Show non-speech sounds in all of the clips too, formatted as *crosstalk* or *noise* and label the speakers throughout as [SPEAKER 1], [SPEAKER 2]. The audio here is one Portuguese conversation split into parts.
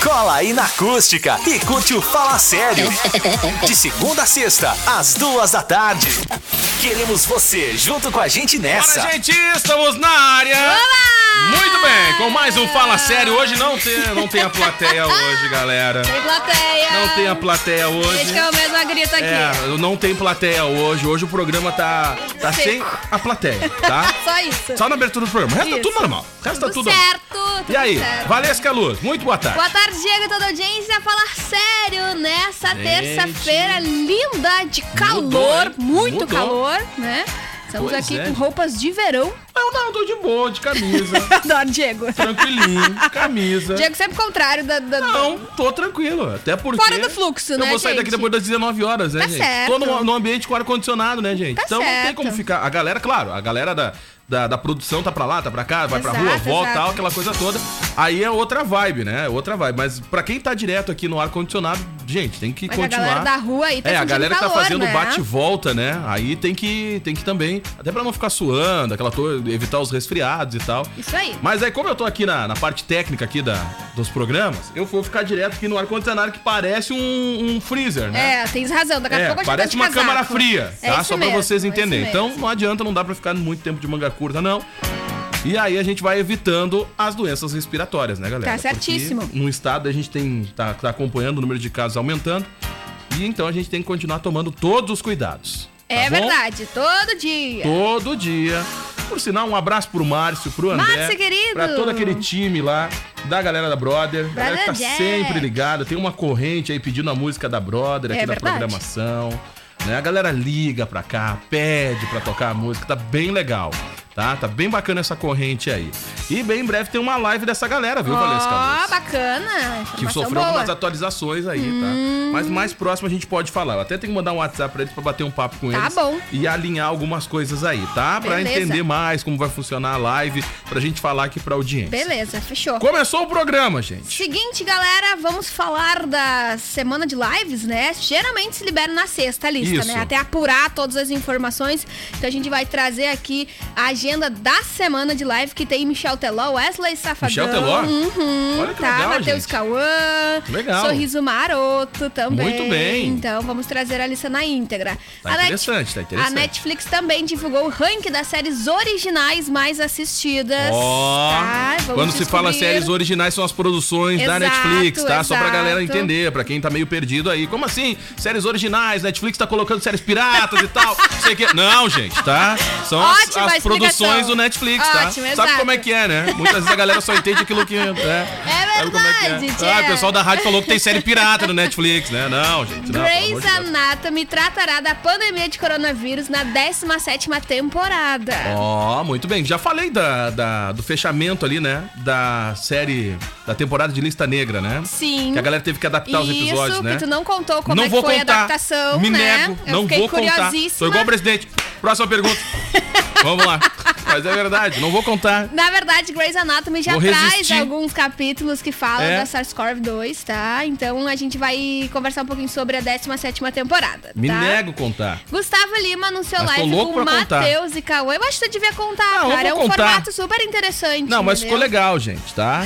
[SPEAKER 1] Cola aí na acústica e curte o Fala Sério. De segunda a sexta, às duas da tarde. Queremos você junto com a gente nessa.
[SPEAKER 2] Bora, gente, estamos na área! Muito bem, com mais um Fala Sério. Hoje não tem, não tem a plateia hoje, galera.
[SPEAKER 3] Tem plateia.
[SPEAKER 2] Não tem a plateia
[SPEAKER 3] Desde
[SPEAKER 2] hoje.
[SPEAKER 3] que eu mesma grito aqui.
[SPEAKER 2] É, não tem plateia hoje. Hoje o programa tá, tá
[SPEAKER 3] Seco.
[SPEAKER 2] sem a plateia, tá?
[SPEAKER 3] Só isso.
[SPEAKER 2] Só na abertura do programa. Resta
[SPEAKER 3] Isso.
[SPEAKER 2] tudo normal. Resta tudo.
[SPEAKER 3] tudo certo. tudo
[SPEAKER 2] E aí,
[SPEAKER 3] certo.
[SPEAKER 2] Valesca Luz, muito boa tarde.
[SPEAKER 3] Boa tarde, Diego e toda a audiência. Falar sério, nessa
[SPEAKER 2] Gente.
[SPEAKER 3] terça-feira linda de calor,
[SPEAKER 2] Mudou, hein?
[SPEAKER 3] muito
[SPEAKER 2] Mudou.
[SPEAKER 3] calor, né? Estamos
[SPEAKER 2] Pois
[SPEAKER 3] aqui
[SPEAKER 2] é.
[SPEAKER 3] com roupas de verão. *laughs*
[SPEAKER 2] Eu não, tô de boa, de camisa,
[SPEAKER 3] Adoro, Diego.
[SPEAKER 2] tranquilinho, camisa.
[SPEAKER 3] Diego sempre contrário da... da-
[SPEAKER 2] Não, tô tranquilo. Até porque.
[SPEAKER 3] Fora do fluxo,
[SPEAKER 2] eu
[SPEAKER 3] né,
[SPEAKER 2] Eu vou sair daqui
[SPEAKER 3] gente?
[SPEAKER 2] depois das 19 horas, né,
[SPEAKER 3] Tá
[SPEAKER 2] gente?
[SPEAKER 3] certo.
[SPEAKER 2] Tô num, num ambiente com ar-condicionado, né, gente?
[SPEAKER 3] Tá
[SPEAKER 2] então não tem
[SPEAKER 3] certo.
[SPEAKER 2] como ficar. A galera, claro, a galera da. Da, da produção tá pra lá, tá pra cá, vai pra
[SPEAKER 3] Exato,
[SPEAKER 2] rua, volta,
[SPEAKER 3] exato.
[SPEAKER 2] tal, aquela coisa toda. Aí é outra vibe, né? É outra vibe. Mas pra quem tá direto aqui no ar-condicionado, gente, tem que
[SPEAKER 3] Mas a
[SPEAKER 2] continuar.
[SPEAKER 3] galera da rua aí tá
[SPEAKER 2] É, a
[SPEAKER 3] sentindo
[SPEAKER 2] galera que tá
[SPEAKER 3] calor,
[SPEAKER 2] fazendo
[SPEAKER 3] né?
[SPEAKER 2] bate-volta, né? Aí tem que, tem que também, até pra não ficar suando, aquela coisa, evitar os resfriados e tal.
[SPEAKER 3] Isso aí.
[SPEAKER 2] Mas aí, como eu tô aqui na, na parte técnica aqui da, dos programas, eu vou ficar direto aqui no ar-condicionado que parece um, um freezer, né?
[SPEAKER 3] É, tens razão. Daqui a
[SPEAKER 2] É,
[SPEAKER 3] pouco a gente tá
[SPEAKER 2] parece
[SPEAKER 3] de
[SPEAKER 2] uma
[SPEAKER 3] casaco.
[SPEAKER 2] câmara fria,
[SPEAKER 3] É
[SPEAKER 2] tá?
[SPEAKER 3] isso
[SPEAKER 2] Só pra
[SPEAKER 3] mesmo,
[SPEAKER 2] vocês
[SPEAKER 3] é isso
[SPEAKER 2] entenderem.
[SPEAKER 3] mesmo.
[SPEAKER 2] Então, não adianta, não dá pra ficar muito tempo de manga curta, não. E aí a gente vai evitando as doenças respiratórias, né, galera?
[SPEAKER 3] Tá certíssimo.
[SPEAKER 2] Porque no estado a gente tem tá, tá acompanhando o número de casos aumentando. E então a gente tem que continuar tomando todos os cuidados. tá
[SPEAKER 3] É
[SPEAKER 2] bom?
[SPEAKER 3] verdade, todo dia.
[SPEAKER 2] Todo dia. Por sinal, um abraço pro Márcio, pro André.
[SPEAKER 3] Márcio, querido!
[SPEAKER 2] Pra todo aquele time lá, da galera da Brother. A galera que tá
[SPEAKER 3] Brother.
[SPEAKER 2] sempre ligada. Tem uma corrente aí pedindo a música da Brother aqui
[SPEAKER 3] É
[SPEAKER 2] na
[SPEAKER 3] verdade.
[SPEAKER 2] programação. Né? A galera liga pra cá, pede pra tocar a música. Tá bem legal. Tá? Tá bem bacana essa corrente aí. E bem em breve tem uma live dessa galera, viu, Valesca?
[SPEAKER 3] Ó,
[SPEAKER 2] Luz?
[SPEAKER 3] bacana.
[SPEAKER 2] Que
[SPEAKER 3] informação
[SPEAKER 2] sofreu
[SPEAKER 3] boa. Hum.
[SPEAKER 2] algumas atualizações aí, tá? Mas mais próximo a gente pode falar. Eu até tenho que mandar um WhatsApp pra eles pra bater um papo com
[SPEAKER 3] Tá
[SPEAKER 2] eles.
[SPEAKER 3] bom.
[SPEAKER 2] E alinhar algumas coisas aí, tá? Pra
[SPEAKER 3] Beleza.
[SPEAKER 2] entender mais como vai funcionar a live, pra gente falar aqui pra audiência.
[SPEAKER 3] Beleza, fechou.
[SPEAKER 2] Começou o programa, gente.
[SPEAKER 3] Seguinte, galera, vamos falar da semana de lives, né? Geralmente se libera na sexta a lista,
[SPEAKER 2] Isso.
[SPEAKER 3] né? Até apurar todas as informações. Então a gente vai trazer aqui a agenda da semana de live que tem Michel Teló, Wesley Safadão.
[SPEAKER 2] Michel Teló?
[SPEAKER 3] Uhum,
[SPEAKER 2] Olha que
[SPEAKER 3] tá,
[SPEAKER 2] legal,
[SPEAKER 3] Matheus
[SPEAKER 2] gente.
[SPEAKER 3] Cauã.
[SPEAKER 2] Legal.
[SPEAKER 3] Sorriso Maroto também.
[SPEAKER 2] Muito bem.
[SPEAKER 3] Então vamos trazer a lista na íntegra.
[SPEAKER 2] Tá
[SPEAKER 3] A Net-
[SPEAKER 2] interessante, tá
[SPEAKER 3] A
[SPEAKER 2] interessante.
[SPEAKER 3] Netflix também divulgou o ranking das séries originais mais assistidas.
[SPEAKER 2] Ó,
[SPEAKER 3] tá? Vamos
[SPEAKER 2] quando se fala
[SPEAKER 3] descobrir.
[SPEAKER 2] séries originais são as produções da
[SPEAKER 3] Exato,
[SPEAKER 2] Netflix, tá? Só pra
[SPEAKER 3] exato.
[SPEAKER 2] galera entender, pra quem tá meio perdido aí. Como assim? Séries originais, Netflix tá colocando séries piratas e
[SPEAKER 3] *laughs*
[SPEAKER 2] tal. não Sei que... Não, gente, tá? São as,
[SPEAKER 3] Ótima
[SPEAKER 2] as
[SPEAKER 3] explicação.
[SPEAKER 2] produções do Netflix, tá?
[SPEAKER 3] Ótimo,
[SPEAKER 2] Sabe
[SPEAKER 3] exato.
[SPEAKER 2] como é que é, né? Muitas vezes a galera só entende aquilo
[SPEAKER 3] *laughs*
[SPEAKER 2] que. É,
[SPEAKER 3] É
[SPEAKER 2] Sabe como
[SPEAKER 3] verdade,
[SPEAKER 2] que
[SPEAKER 3] tchê.
[SPEAKER 2] Ah, o pessoal da rádio falou que tem série pirata no Netflix, né? Não, gente. Não, pelo amor
[SPEAKER 3] Grey's
[SPEAKER 2] de Deus.
[SPEAKER 3] Anatomy tratará da pandemia de coronavírus na 17ª temporada.
[SPEAKER 2] Ó, muito bem. Já falei da, da- do fechamento ali, né? Da série, da temporada de Lista Negra, né?
[SPEAKER 3] Sim.
[SPEAKER 2] Que a galera teve que adaptar os episódios,
[SPEAKER 3] Isso,
[SPEAKER 2] né?
[SPEAKER 3] que tu não contou como
[SPEAKER 2] Não
[SPEAKER 3] é que
[SPEAKER 2] vou
[SPEAKER 3] foi
[SPEAKER 2] contar.
[SPEAKER 3] a adaptação,
[SPEAKER 2] Me
[SPEAKER 3] né?
[SPEAKER 2] nego,
[SPEAKER 3] Eu
[SPEAKER 2] não
[SPEAKER 3] fiquei
[SPEAKER 2] vou contar.
[SPEAKER 3] curiosíssima.
[SPEAKER 2] Sou igual o presidente. Próxima pergunta. Vamos lá. Mas é verdade, não vou contar.
[SPEAKER 3] Na verdade, Grey's Anatomy já
[SPEAKER 2] Vou
[SPEAKER 3] traz
[SPEAKER 2] resistir.
[SPEAKER 3] alguns capítulos que falam
[SPEAKER 2] É.
[SPEAKER 3] da SARS-CoV-2, tá? Então a gente vai conversar um pouquinho sobre a 17ª temporada,
[SPEAKER 2] Me
[SPEAKER 3] tá?
[SPEAKER 2] nego contar.
[SPEAKER 3] Gustavo Lima anunciou
[SPEAKER 2] Mas tô
[SPEAKER 3] live
[SPEAKER 2] louco
[SPEAKER 3] com
[SPEAKER 2] pra contar.
[SPEAKER 3] Matheus e Cauã. Eu acho que tu devia contar,
[SPEAKER 2] Não, eu
[SPEAKER 3] cara. É um
[SPEAKER 2] vou contar.
[SPEAKER 3] formato super interessante.
[SPEAKER 2] Não, mas ficou
[SPEAKER 3] entendeu?
[SPEAKER 2] legal, gente, tá?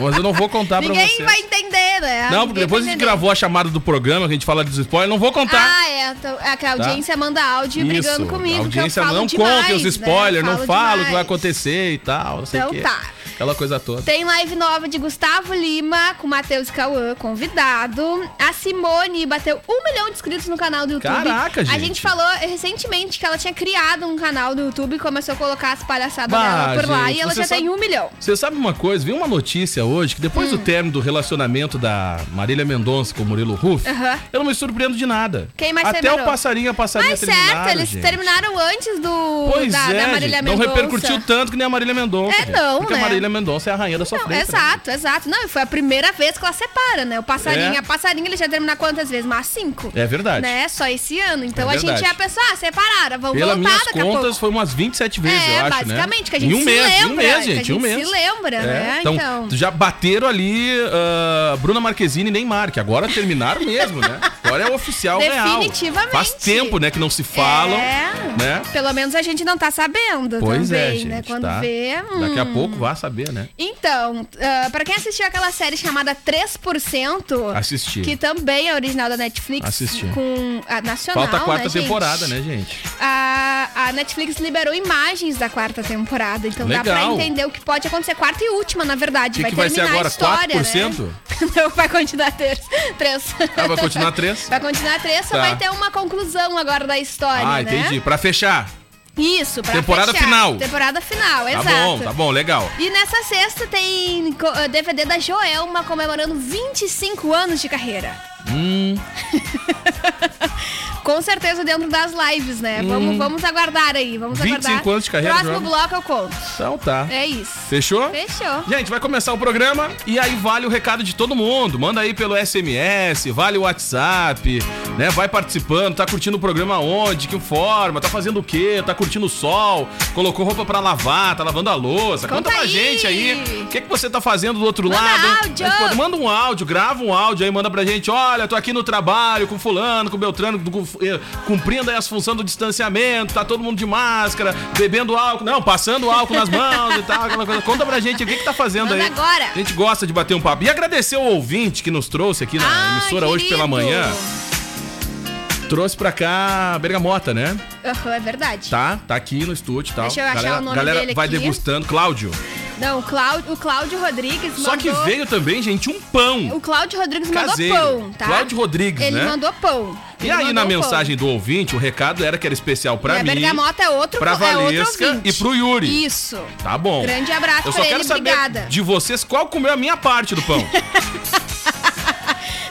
[SPEAKER 2] Mas eu não vou contar pra
[SPEAKER 3] Ninguém
[SPEAKER 2] vocês.
[SPEAKER 3] vai entender, né?
[SPEAKER 2] Não, porque depois
[SPEAKER 3] Ninguém
[SPEAKER 2] a
[SPEAKER 3] vai
[SPEAKER 2] gente
[SPEAKER 3] entender.
[SPEAKER 2] gravou a chamada do programa, que a gente fala dos spoilers, não vou contar.
[SPEAKER 3] Ah, é. tô- é que a audiência manda áudio tá brigando comigo.
[SPEAKER 2] Tá. A audiência
[SPEAKER 3] que eu falo
[SPEAKER 2] não
[SPEAKER 3] demais,
[SPEAKER 2] conta os
[SPEAKER 3] né?
[SPEAKER 2] spoilers, não
[SPEAKER 3] Falo
[SPEAKER 2] fala o que vai
[SPEAKER 3] demais.
[SPEAKER 2] acontecer e tal, não sei o
[SPEAKER 3] Então
[SPEAKER 2] quê.
[SPEAKER 3] tá.
[SPEAKER 2] Aquela coisa toda.
[SPEAKER 3] Tem live nova de Gustavo Lima com Matheus e Cauã, convidado. A Simone bateu um milhão de inscritos no canal do YouTube.
[SPEAKER 2] Caraca,
[SPEAKER 3] A
[SPEAKER 2] gente.
[SPEAKER 3] gente falou recentemente que ela tinha criado um canal do YouTube e começou a colocar as palhaçadas
[SPEAKER 2] Bah,
[SPEAKER 3] dela por lá.
[SPEAKER 2] gente,
[SPEAKER 3] E ela
[SPEAKER 2] você
[SPEAKER 3] já
[SPEAKER 2] sabe-
[SPEAKER 3] tem um milhão.
[SPEAKER 2] Você sabe uma coisa? Vi uma notícia hoje que depois
[SPEAKER 3] Hum.
[SPEAKER 2] do término do relacionamento da Marília Mendonça com o Murilo Ruff,
[SPEAKER 3] Aham.
[SPEAKER 2] eu não me surpreendo de nada.
[SPEAKER 3] Quem mais
[SPEAKER 2] Até
[SPEAKER 3] separou?
[SPEAKER 2] o passarinho e a passarinha
[SPEAKER 3] Mas
[SPEAKER 2] terminaram,
[SPEAKER 3] certo, eles
[SPEAKER 2] gente.
[SPEAKER 3] terminaram antes do
[SPEAKER 2] Pois
[SPEAKER 3] da,
[SPEAKER 2] é,
[SPEAKER 3] da Marília
[SPEAKER 2] gente, não
[SPEAKER 3] Mendonça.
[SPEAKER 2] repercutiu tanto que nem a Marília Mendonça.
[SPEAKER 3] É,
[SPEAKER 2] gente.
[SPEAKER 3] não,
[SPEAKER 2] Porque a
[SPEAKER 3] né?
[SPEAKER 2] Marília Marília Mendonça é a rainha da sua
[SPEAKER 3] Não,
[SPEAKER 2] frente. né?
[SPEAKER 3] exato, exato. Não, e foi a primeira vez que ela separa, né? O passarinho.
[SPEAKER 2] É.
[SPEAKER 3] A passarinho ele já terminar quantas vezes? Mas cinco.
[SPEAKER 2] É verdade.
[SPEAKER 3] Né? Só esse ano. Então
[SPEAKER 2] É
[SPEAKER 3] a gente
[SPEAKER 2] verdade.
[SPEAKER 3] é a pessoa, ah, separaram, vamos
[SPEAKER 2] Pelas
[SPEAKER 3] voltar
[SPEAKER 2] minhas
[SPEAKER 3] daqui a
[SPEAKER 2] contas,
[SPEAKER 3] pouco.
[SPEAKER 2] foi umas 27 vezes,
[SPEAKER 3] É,
[SPEAKER 2] eu acho, né?
[SPEAKER 3] basicamente, que a gente
[SPEAKER 2] em um
[SPEAKER 3] se
[SPEAKER 2] mês, Em um
[SPEAKER 3] lembra,
[SPEAKER 2] mês,
[SPEAKER 3] que a
[SPEAKER 2] gente, em um
[SPEAKER 3] gente
[SPEAKER 2] mês.
[SPEAKER 3] se lembra, né?
[SPEAKER 2] Então,
[SPEAKER 3] Então.
[SPEAKER 2] já bateram ali ah, Bruna Marquezine e Neymar, que agora
[SPEAKER 3] *laughs*
[SPEAKER 2] terminaram mesmo, né? Agora é oficial real.
[SPEAKER 3] Definitivamente.
[SPEAKER 2] Faz tempo, né, que não se falam,
[SPEAKER 3] É.
[SPEAKER 2] né?
[SPEAKER 3] Pelo menos a gente não tá sabendo
[SPEAKER 2] Pois
[SPEAKER 3] também,
[SPEAKER 2] é, gente,
[SPEAKER 3] né? Quando
[SPEAKER 2] tá?
[SPEAKER 3] vê. hum.
[SPEAKER 2] Daqui a pouco vai saber, né?
[SPEAKER 3] Então, ah, pra quem assistiu aquela série chamada 3%,
[SPEAKER 2] Assisti.
[SPEAKER 3] que também é original da Netflix,
[SPEAKER 2] Assisti.
[SPEAKER 3] com a nacional,
[SPEAKER 2] Falta a quarta
[SPEAKER 3] né, gente?
[SPEAKER 2] temporada, né, gente?
[SPEAKER 3] A, a Netflix liberou imagens da quarta temporada, então dá pra
[SPEAKER 2] Legal.
[SPEAKER 3] entender o que pode acontecer. Quarta e última, na verdade.
[SPEAKER 2] Que
[SPEAKER 3] vai
[SPEAKER 2] que vai ser
[SPEAKER 3] terminar
[SPEAKER 2] agora?
[SPEAKER 3] a história.
[SPEAKER 2] 4%?
[SPEAKER 3] Né? *laughs* Não, vai continuar três.
[SPEAKER 2] *laughs*
[SPEAKER 3] três.
[SPEAKER 2] Ah, vai continuar
[SPEAKER 3] *laughs*
[SPEAKER 2] três?
[SPEAKER 3] Vai continuar três, só
[SPEAKER 2] Tá.
[SPEAKER 3] vai ter uma conclusão agora da história.
[SPEAKER 2] Ah,
[SPEAKER 3] né?
[SPEAKER 2] entendi. Pra fechar.
[SPEAKER 3] Isso, pra
[SPEAKER 2] Temporada
[SPEAKER 3] fechar.
[SPEAKER 2] final.
[SPEAKER 3] Temporada final,
[SPEAKER 2] Tá
[SPEAKER 3] exato.
[SPEAKER 2] bom, tá bom, legal.
[SPEAKER 3] E nessa sexta tem co- eh, DVD da Joelma comemorando 25 anos de carreira.
[SPEAKER 2] Hum,
[SPEAKER 3] *laughs* Com certeza dentro das lives, né?
[SPEAKER 2] Hum.
[SPEAKER 3] Vamos, vamos aguardar aí, vamos
[SPEAKER 2] 25
[SPEAKER 3] aguardar.
[SPEAKER 2] anos de carreira,
[SPEAKER 3] Próximo
[SPEAKER 2] Joelma.
[SPEAKER 3] bloco eu conto.
[SPEAKER 2] então tá.
[SPEAKER 3] É isso.
[SPEAKER 2] Fechou?
[SPEAKER 3] Fechou.
[SPEAKER 2] Gente, vai começar o programa e aí vale o recado de todo mundo. Manda aí pelo SMS, vale o WhatsApp, né? Vai participando, tá curtindo o programa onde, que forma, tá fazendo o quê? Tá curtindo o sol, colocou roupa pra lavar, tá lavando a louça. Conta,
[SPEAKER 3] Conta
[SPEAKER 2] pra
[SPEAKER 3] aí.
[SPEAKER 2] gente aí. O que, que você tá fazendo do outro
[SPEAKER 3] Manda
[SPEAKER 2] lado? hein?
[SPEAKER 3] áudio.
[SPEAKER 2] A gente pode- Manda um áudio, grava um áudio aí, manda pra gente. Olha, tô aqui no trabalho com fulano, com Beltrano, com- eh, cumprindo aí as funções do distanciamento, tá todo mundo de máscara, bebendo álcool, não, passando álcool nas mãos e tal, aquela coisa. Conta pra gente o que, que tá fazendo
[SPEAKER 3] Manda
[SPEAKER 2] aí.
[SPEAKER 3] agora.
[SPEAKER 2] A gente gosta de bater um papo. E agradecer o ouvinte que nos trouxe aqui na
[SPEAKER 3] Ah,
[SPEAKER 2] emissora hoje
[SPEAKER 3] querido.
[SPEAKER 2] pela manhã. Trouxe pra cá a bergamota, né?
[SPEAKER 3] Aham, é verdade.
[SPEAKER 2] Tá, tá aqui no estúdio e tal.
[SPEAKER 3] Deixa eu achar
[SPEAKER 2] galera,
[SPEAKER 3] o nome
[SPEAKER 2] galera
[SPEAKER 3] dele
[SPEAKER 2] vai
[SPEAKER 3] aqui.
[SPEAKER 2] degustando. Cláudio.
[SPEAKER 3] Não, o Cláudio, o Cláudio Rodrigues
[SPEAKER 2] Só que
[SPEAKER 3] mandou-
[SPEAKER 2] veio também, gente, um pão.
[SPEAKER 3] O Cláudio Rodrigues
[SPEAKER 2] Caseiro.
[SPEAKER 3] mandou pão, tá?
[SPEAKER 2] Cláudio Rodrigues,
[SPEAKER 3] Ele
[SPEAKER 2] né?
[SPEAKER 3] mandou pão.
[SPEAKER 2] E
[SPEAKER 3] Ele
[SPEAKER 2] aí,
[SPEAKER 3] mandou
[SPEAKER 2] na
[SPEAKER 3] pão.
[SPEAKER 2] mensagem do ouvinte, o recado era que era especial pra
[SPEAKER 3] e
[SPEAKER 2] mim.
[SPEAKER 3] A Bergamota é outro
[SPEAKER 2] pra
[SPEAKER 3] é outro
[SPEAKER 2] Valesca
[SPEAKER 3] ouvinte.
[SPEAKER 2] e pro Yuri.
[SPEAKER 3] Isso.
[SPEAKER 2] Tá bom.
[SPEAKER 3] Grande abraço
[SPEAKER 2] Eu só
[SPEAKER 3] pra
[SPEAKER 2] quero
[SPEAKER 3] ele,
[SPEAKER 2] saber
[SPEAKER 3] obrigada.
[SPEAKER 2] de vocês qual comeu a minha parte do pão.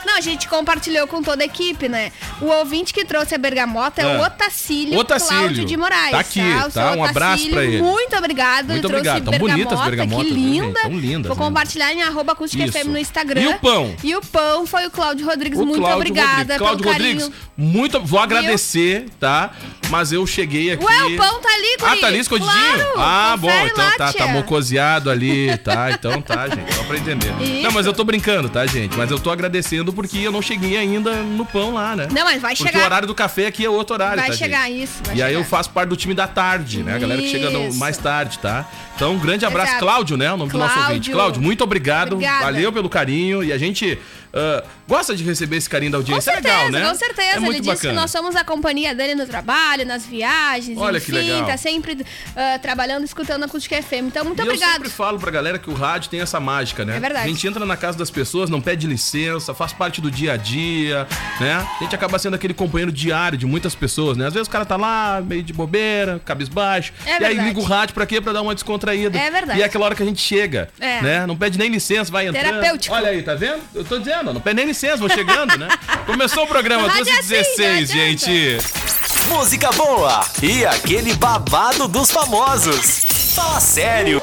[SPEAKER 3] Não, a gente compartilhou com toda a equipe, né? O ouvinte que trouxe a bergamota é, o
[SPEAKER 2] Ah.
[SPEAKER 3] Otacílio,
[SPEAKER 2] Otacílio.
[SPEAKER 3] Cláudio de Moraes.
[SPEAKER 2] Tá aqui, tá?
[SPEAKER 3] O seu
[SPEAKER 2] Um abraço pra ele.
[SPEAKER 3] Muito obrigado. ele
[SPEAKER 2] Muito
[SPEAKER 3] trouxe
[SPEAKER 2] obrigado. Tão
[SPEAKER 3] bergamota,
[SPEAKER 2] bonitas as bergamotas,
[SPEAKER 3] que
[SPEAKER 2] viu, gente?
[SPEAKER 3] linda.
[SPEAKER 2] Tão lindas,
[SPEAKER 3] Vou
[SPEAKER 2] né?
[SPEAKER 3] compartilhar em arroba acústica
[SPEAKER 2] Isso.
[SPEAKER 3] FM no Instagram.
[SPEAKER 2] E o pão?
[SPEAKER 3] E o pão foi o Cláudio Rodrigues. *laughs* muito
[SPEAKER 2] Cláudio
[SPEAKER 3] obrigada
[SPEAKER 2] Rodrigues. Cláudio
[SPEAKER 3] pelo
[SPEAKER 2] Rodrigues,
[SPEAKER 3] carinho.
[SPEAKER 2] muito. Vou agradecer, tá? Mas eu cheguei aqui.
[SPEAKER 3] Ué, o pão tá ali,
[SPEAKER 2] Ah,
[SPEAKER 3] guri.
[SPEAKER 2] tá ali escondidinho?
[SPEAKER 3] Claro,
[SPEAKER 2] ah, bom,
[SPEAKER 3] confere
[SPEAKER 2] então
[SPEAKER 3] lá,
[SPEAKER 2] tá,
[SPEAKER 3] tia.
[SPEAKER 2] tá mocoseado ali, tá? Então tá, gente, só pra entender.
[SPEAKER 3] *laughs* Isso.
[SPEAKER 2] Não, mas eu tô brincando, tá, gente? Mas eu tô agradecendo porque eu não cheguei ainda no pão lá, né?
[SPEAKER 3] Não, mas vai
[SPEAKER 2] Porque o
[SPEAKER 3] chegar.
[SPEAKER 2] horário do café aqui é outro horário,
[SPEAKER 3] Vai
[SPEAKER 2] tá,
[SPEAKER 3] chegar,
[SPEAKER 2] gente?
[SPEAKER 3] isso, vai
[SPEAKER 2] E aí eu
[SPEAKER 3] chegar.
[SPEAKER 2] faço parte do time da tarde, né? A galera que chega no-
[SPEAKER 3] Isso.
[SPEAKER 2] mais tarde, tá? Então, um grande abraço.
[SPEAKER 3] Exato.
[SPEAKER 2] Cláudio, né? O nome do nosso
[SPEAKER 3] Cláudio.
[SPEAKER 2] ouvinte. Cláudio, muito obrigado.
[SPEAKER 3] Obrigada.
[SPEAKER 2] Valeu pelo carinho. E a gente ah, gosta de receber esse carinho da
[SPEAKER 3] Com
[SPEAKER 2] audiência.
[SPEAKER 3] certeza,
[SPEAKER 2] é legal, né?
[SPEAKER 3] com certeza.
[SPEAKER 2] É muito
[SPEAKER 3] Ele disse que
[SPEAKER 2] bacana.
[SPEAKER 3] nós somos a companhia dele no trabalho, nas viagens,
[SPEAKER 2] Olha
[SPEAKER 3] enfim,
[SPEAKER 2] que legal.
[SPEAKER 3] tá sempre ah, trabalhando, escutando a Acústica FM. Então, muito
[SPEAKER 2] E Eu
[SPEAKER 3] obrigado.
[SPEAKER 2] sempre falo pra galera que o rádio tem essa mágica, né?
[SPEAKER 3] É verdade.
[SPEAKER 2] A gente entra na casa das pessoas, não pede licença, faz parte do dia a dia, né? A gente acaba sendo aquele companheiro diário de muitas pessoas, né? Às vezes o cara tá lá, meio de bobeira, cabisbaixo.
[SPEAKER 3] É
[SPEAKER 2] e aí
[SPEAKER 3] verdade.
[SPEAKER 2] liga o rádio pra quê? Pra dar uma descontraída.
[SPEAKER 3] É verdade.
[SPEAKER 2] E é aquela hora que a gente chega,
[SPEAKER 3] É.
[SPEAKER 2] né? Não pede nem licença, vai entrando.
[SPEAKER 3] Terapêutico.
[SPEAKER 2] Olha aí, tá vendo? Eu tô dizendo, não pede nem licença, vou chegando,
[SPEAKER 3] *laughs*
[SPEAKER 2] né? Começou o programa,
[SPEAKER 3] O rádio é
[SPEAKER 2] 12
[SPEAKER 3] assim, não
[SPEAKER 2] 16
[SPEAKER 3] adianta.
[SPEAKER 2] gente.
[SPEAKER 1] Música boa e aquele babado dos famosos. Fala sério.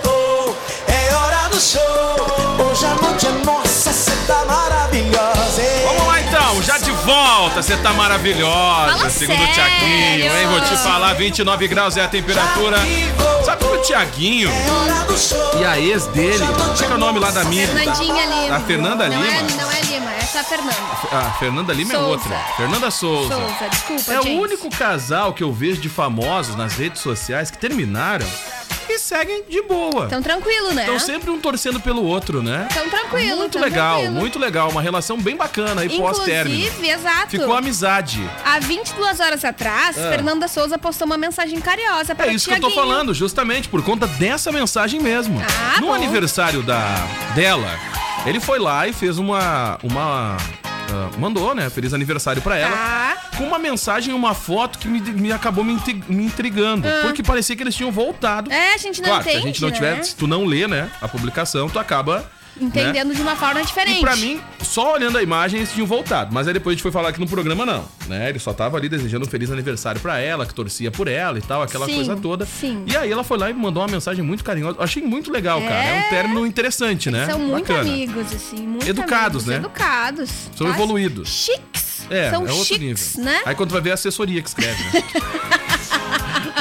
[SPEAKER 1] é hora do show. Hoje a noite é nossa, cê tá maravilhosa.
[SPEAKER 2] Vamos lá então, já de volta, você tá maravilhosa,
[SPEAKER 3] Fala
[SPEAKER 2] segundo o
[SPEAKER 3] sério.
[SPEAKER 2] Tiaguinho, hein? Vou te falar, 29 graus é a temperatura. Sabe que o Tiaguinho
[SPEAKER 1] É hora do show.
[SPEAKER 2] e a ex dele, como é que é o nome lá da minha?
[SPEAKER 3] Fernandinha Lima.
[SPEAKER 2] A Fernanda
[SPEAKER 3] não É,
[SPEAKER 2] Lima?
[SPEAKER 3] não é Lima, é só a Fernanda.
[SPEAKER 2] Ah, Fernanda Lima é
[SPEAKER 3] Souza.
[SPEAKER 2] outra. Fernanda Souza.
[SPEAKER 3] Souza, desculpa,
[SPEAKER 2] É
[SPEAKER 3] gente.
[SPEAKER 2] o único casal que eu vejo de famosos nas redes sociais que terminaram e seguem de boa.
[SPEAKER 3] Tão tranquilo, né?
[SPEAKER 2] Estão sempre um torcendo pelo outro, né?
[SPEAKER 3] Tão Então, tranquilo,
[SPEAKER 2] Muito
[SPEAKER 3] tão
[SPEAKER 2] legal,
[SPEAKER 3] tranquilo.
[SPEAKER 2] muito legal. Uma relação bem bacana aí pós-término.
[SPEAKER 3] Inclusive, exato.
[SPEAKER 2] Ficou amizade.
[SPEAKER 3] Há 22 horas atrás,
[SPEAKER 2] Ah.
[SPEAKER 3] Fernanda Souza postou uma mensagem carinhosa para
[SPEAKER 2] É
[SPEAKER 3] o
[SPEAKER 2] isso que eu tô
[SPEAKER 3] Thiaguinho.
[SPEAKER 2] falando, justamente por conta dessa mensagem mesmo.
[SPEAKER 3] Ah,
[SPEAKER 2] no
[SPEAKER 3] bom.
[SPEAKER 2] aniversário da dela, ele foi lá e fez uma uma ah, mandou, né? Feliz aniversário pra ela.
[SPEAKER 3] Ah.
[SPEAKER 2] Com uma mensagem e uma foto que me, me acabou me, intri- me intrigando. Porque parecia que eles tinham voltado.
[SPEAKER 3] Ah. É, a gente não
[SPEAKER 2] claro,
[SPEAKER 3] entende,
[SPEAKER 2] se a gente não
[SPEAKER 3] né?
[SPEAKER 2] tiver, se tu não lê, né, a publicação, tu acaba
[SPEAKER 3] entendendo de uma forma diferente.
[SPEAKER 2] E pra mim, só olhando a imagem, eles tinham voltado. Mas aí depois a gente foi falar aqui no programa, não. Né? Ele só tava ali desejando um feliz aniversário pra ela, que torcia por ela e tal, aquela
[SPEAKER 3] Sim,
[SPEAKER 2] coisa toda.
[SPEAKER 3] sim.
[SPEAKER 2] E aí ela foi lá e mandou uma mensagem muito carinhosa. Eu Achei muito legal,
[SPEAKER 3] É.
[SPEAKER 2] cara. É um término interessante, né?
[SPEAKER 3] São muito
[SPEAKER 2] Bacana.
[SPEAKER 3] amigos, assim. Muito
[SPEAKER 2] Educados,
[SPEAKER 3] amigos,
[SPEAKER 2] né?
[SPEAKER 3] Educados.
[SPEAKER 2] São
[SPEAKER 3] tá?
[SPEAKER 2] evoluídos.
[SPEAKER 3] Chiques.
[SPEAKER 2] É,
[SPEAKER 3] São
[SPEAKER 2] é outro
[SPEAKER 3] chiques,
[SPEAKER 2] nível.
[SPEAKER 3] né?
[SPEAKER 2] Aí quando tu vai ver é a assessoria que escreve,
[SPEAKER 3] *laughs*
[SPEAKER 2] né?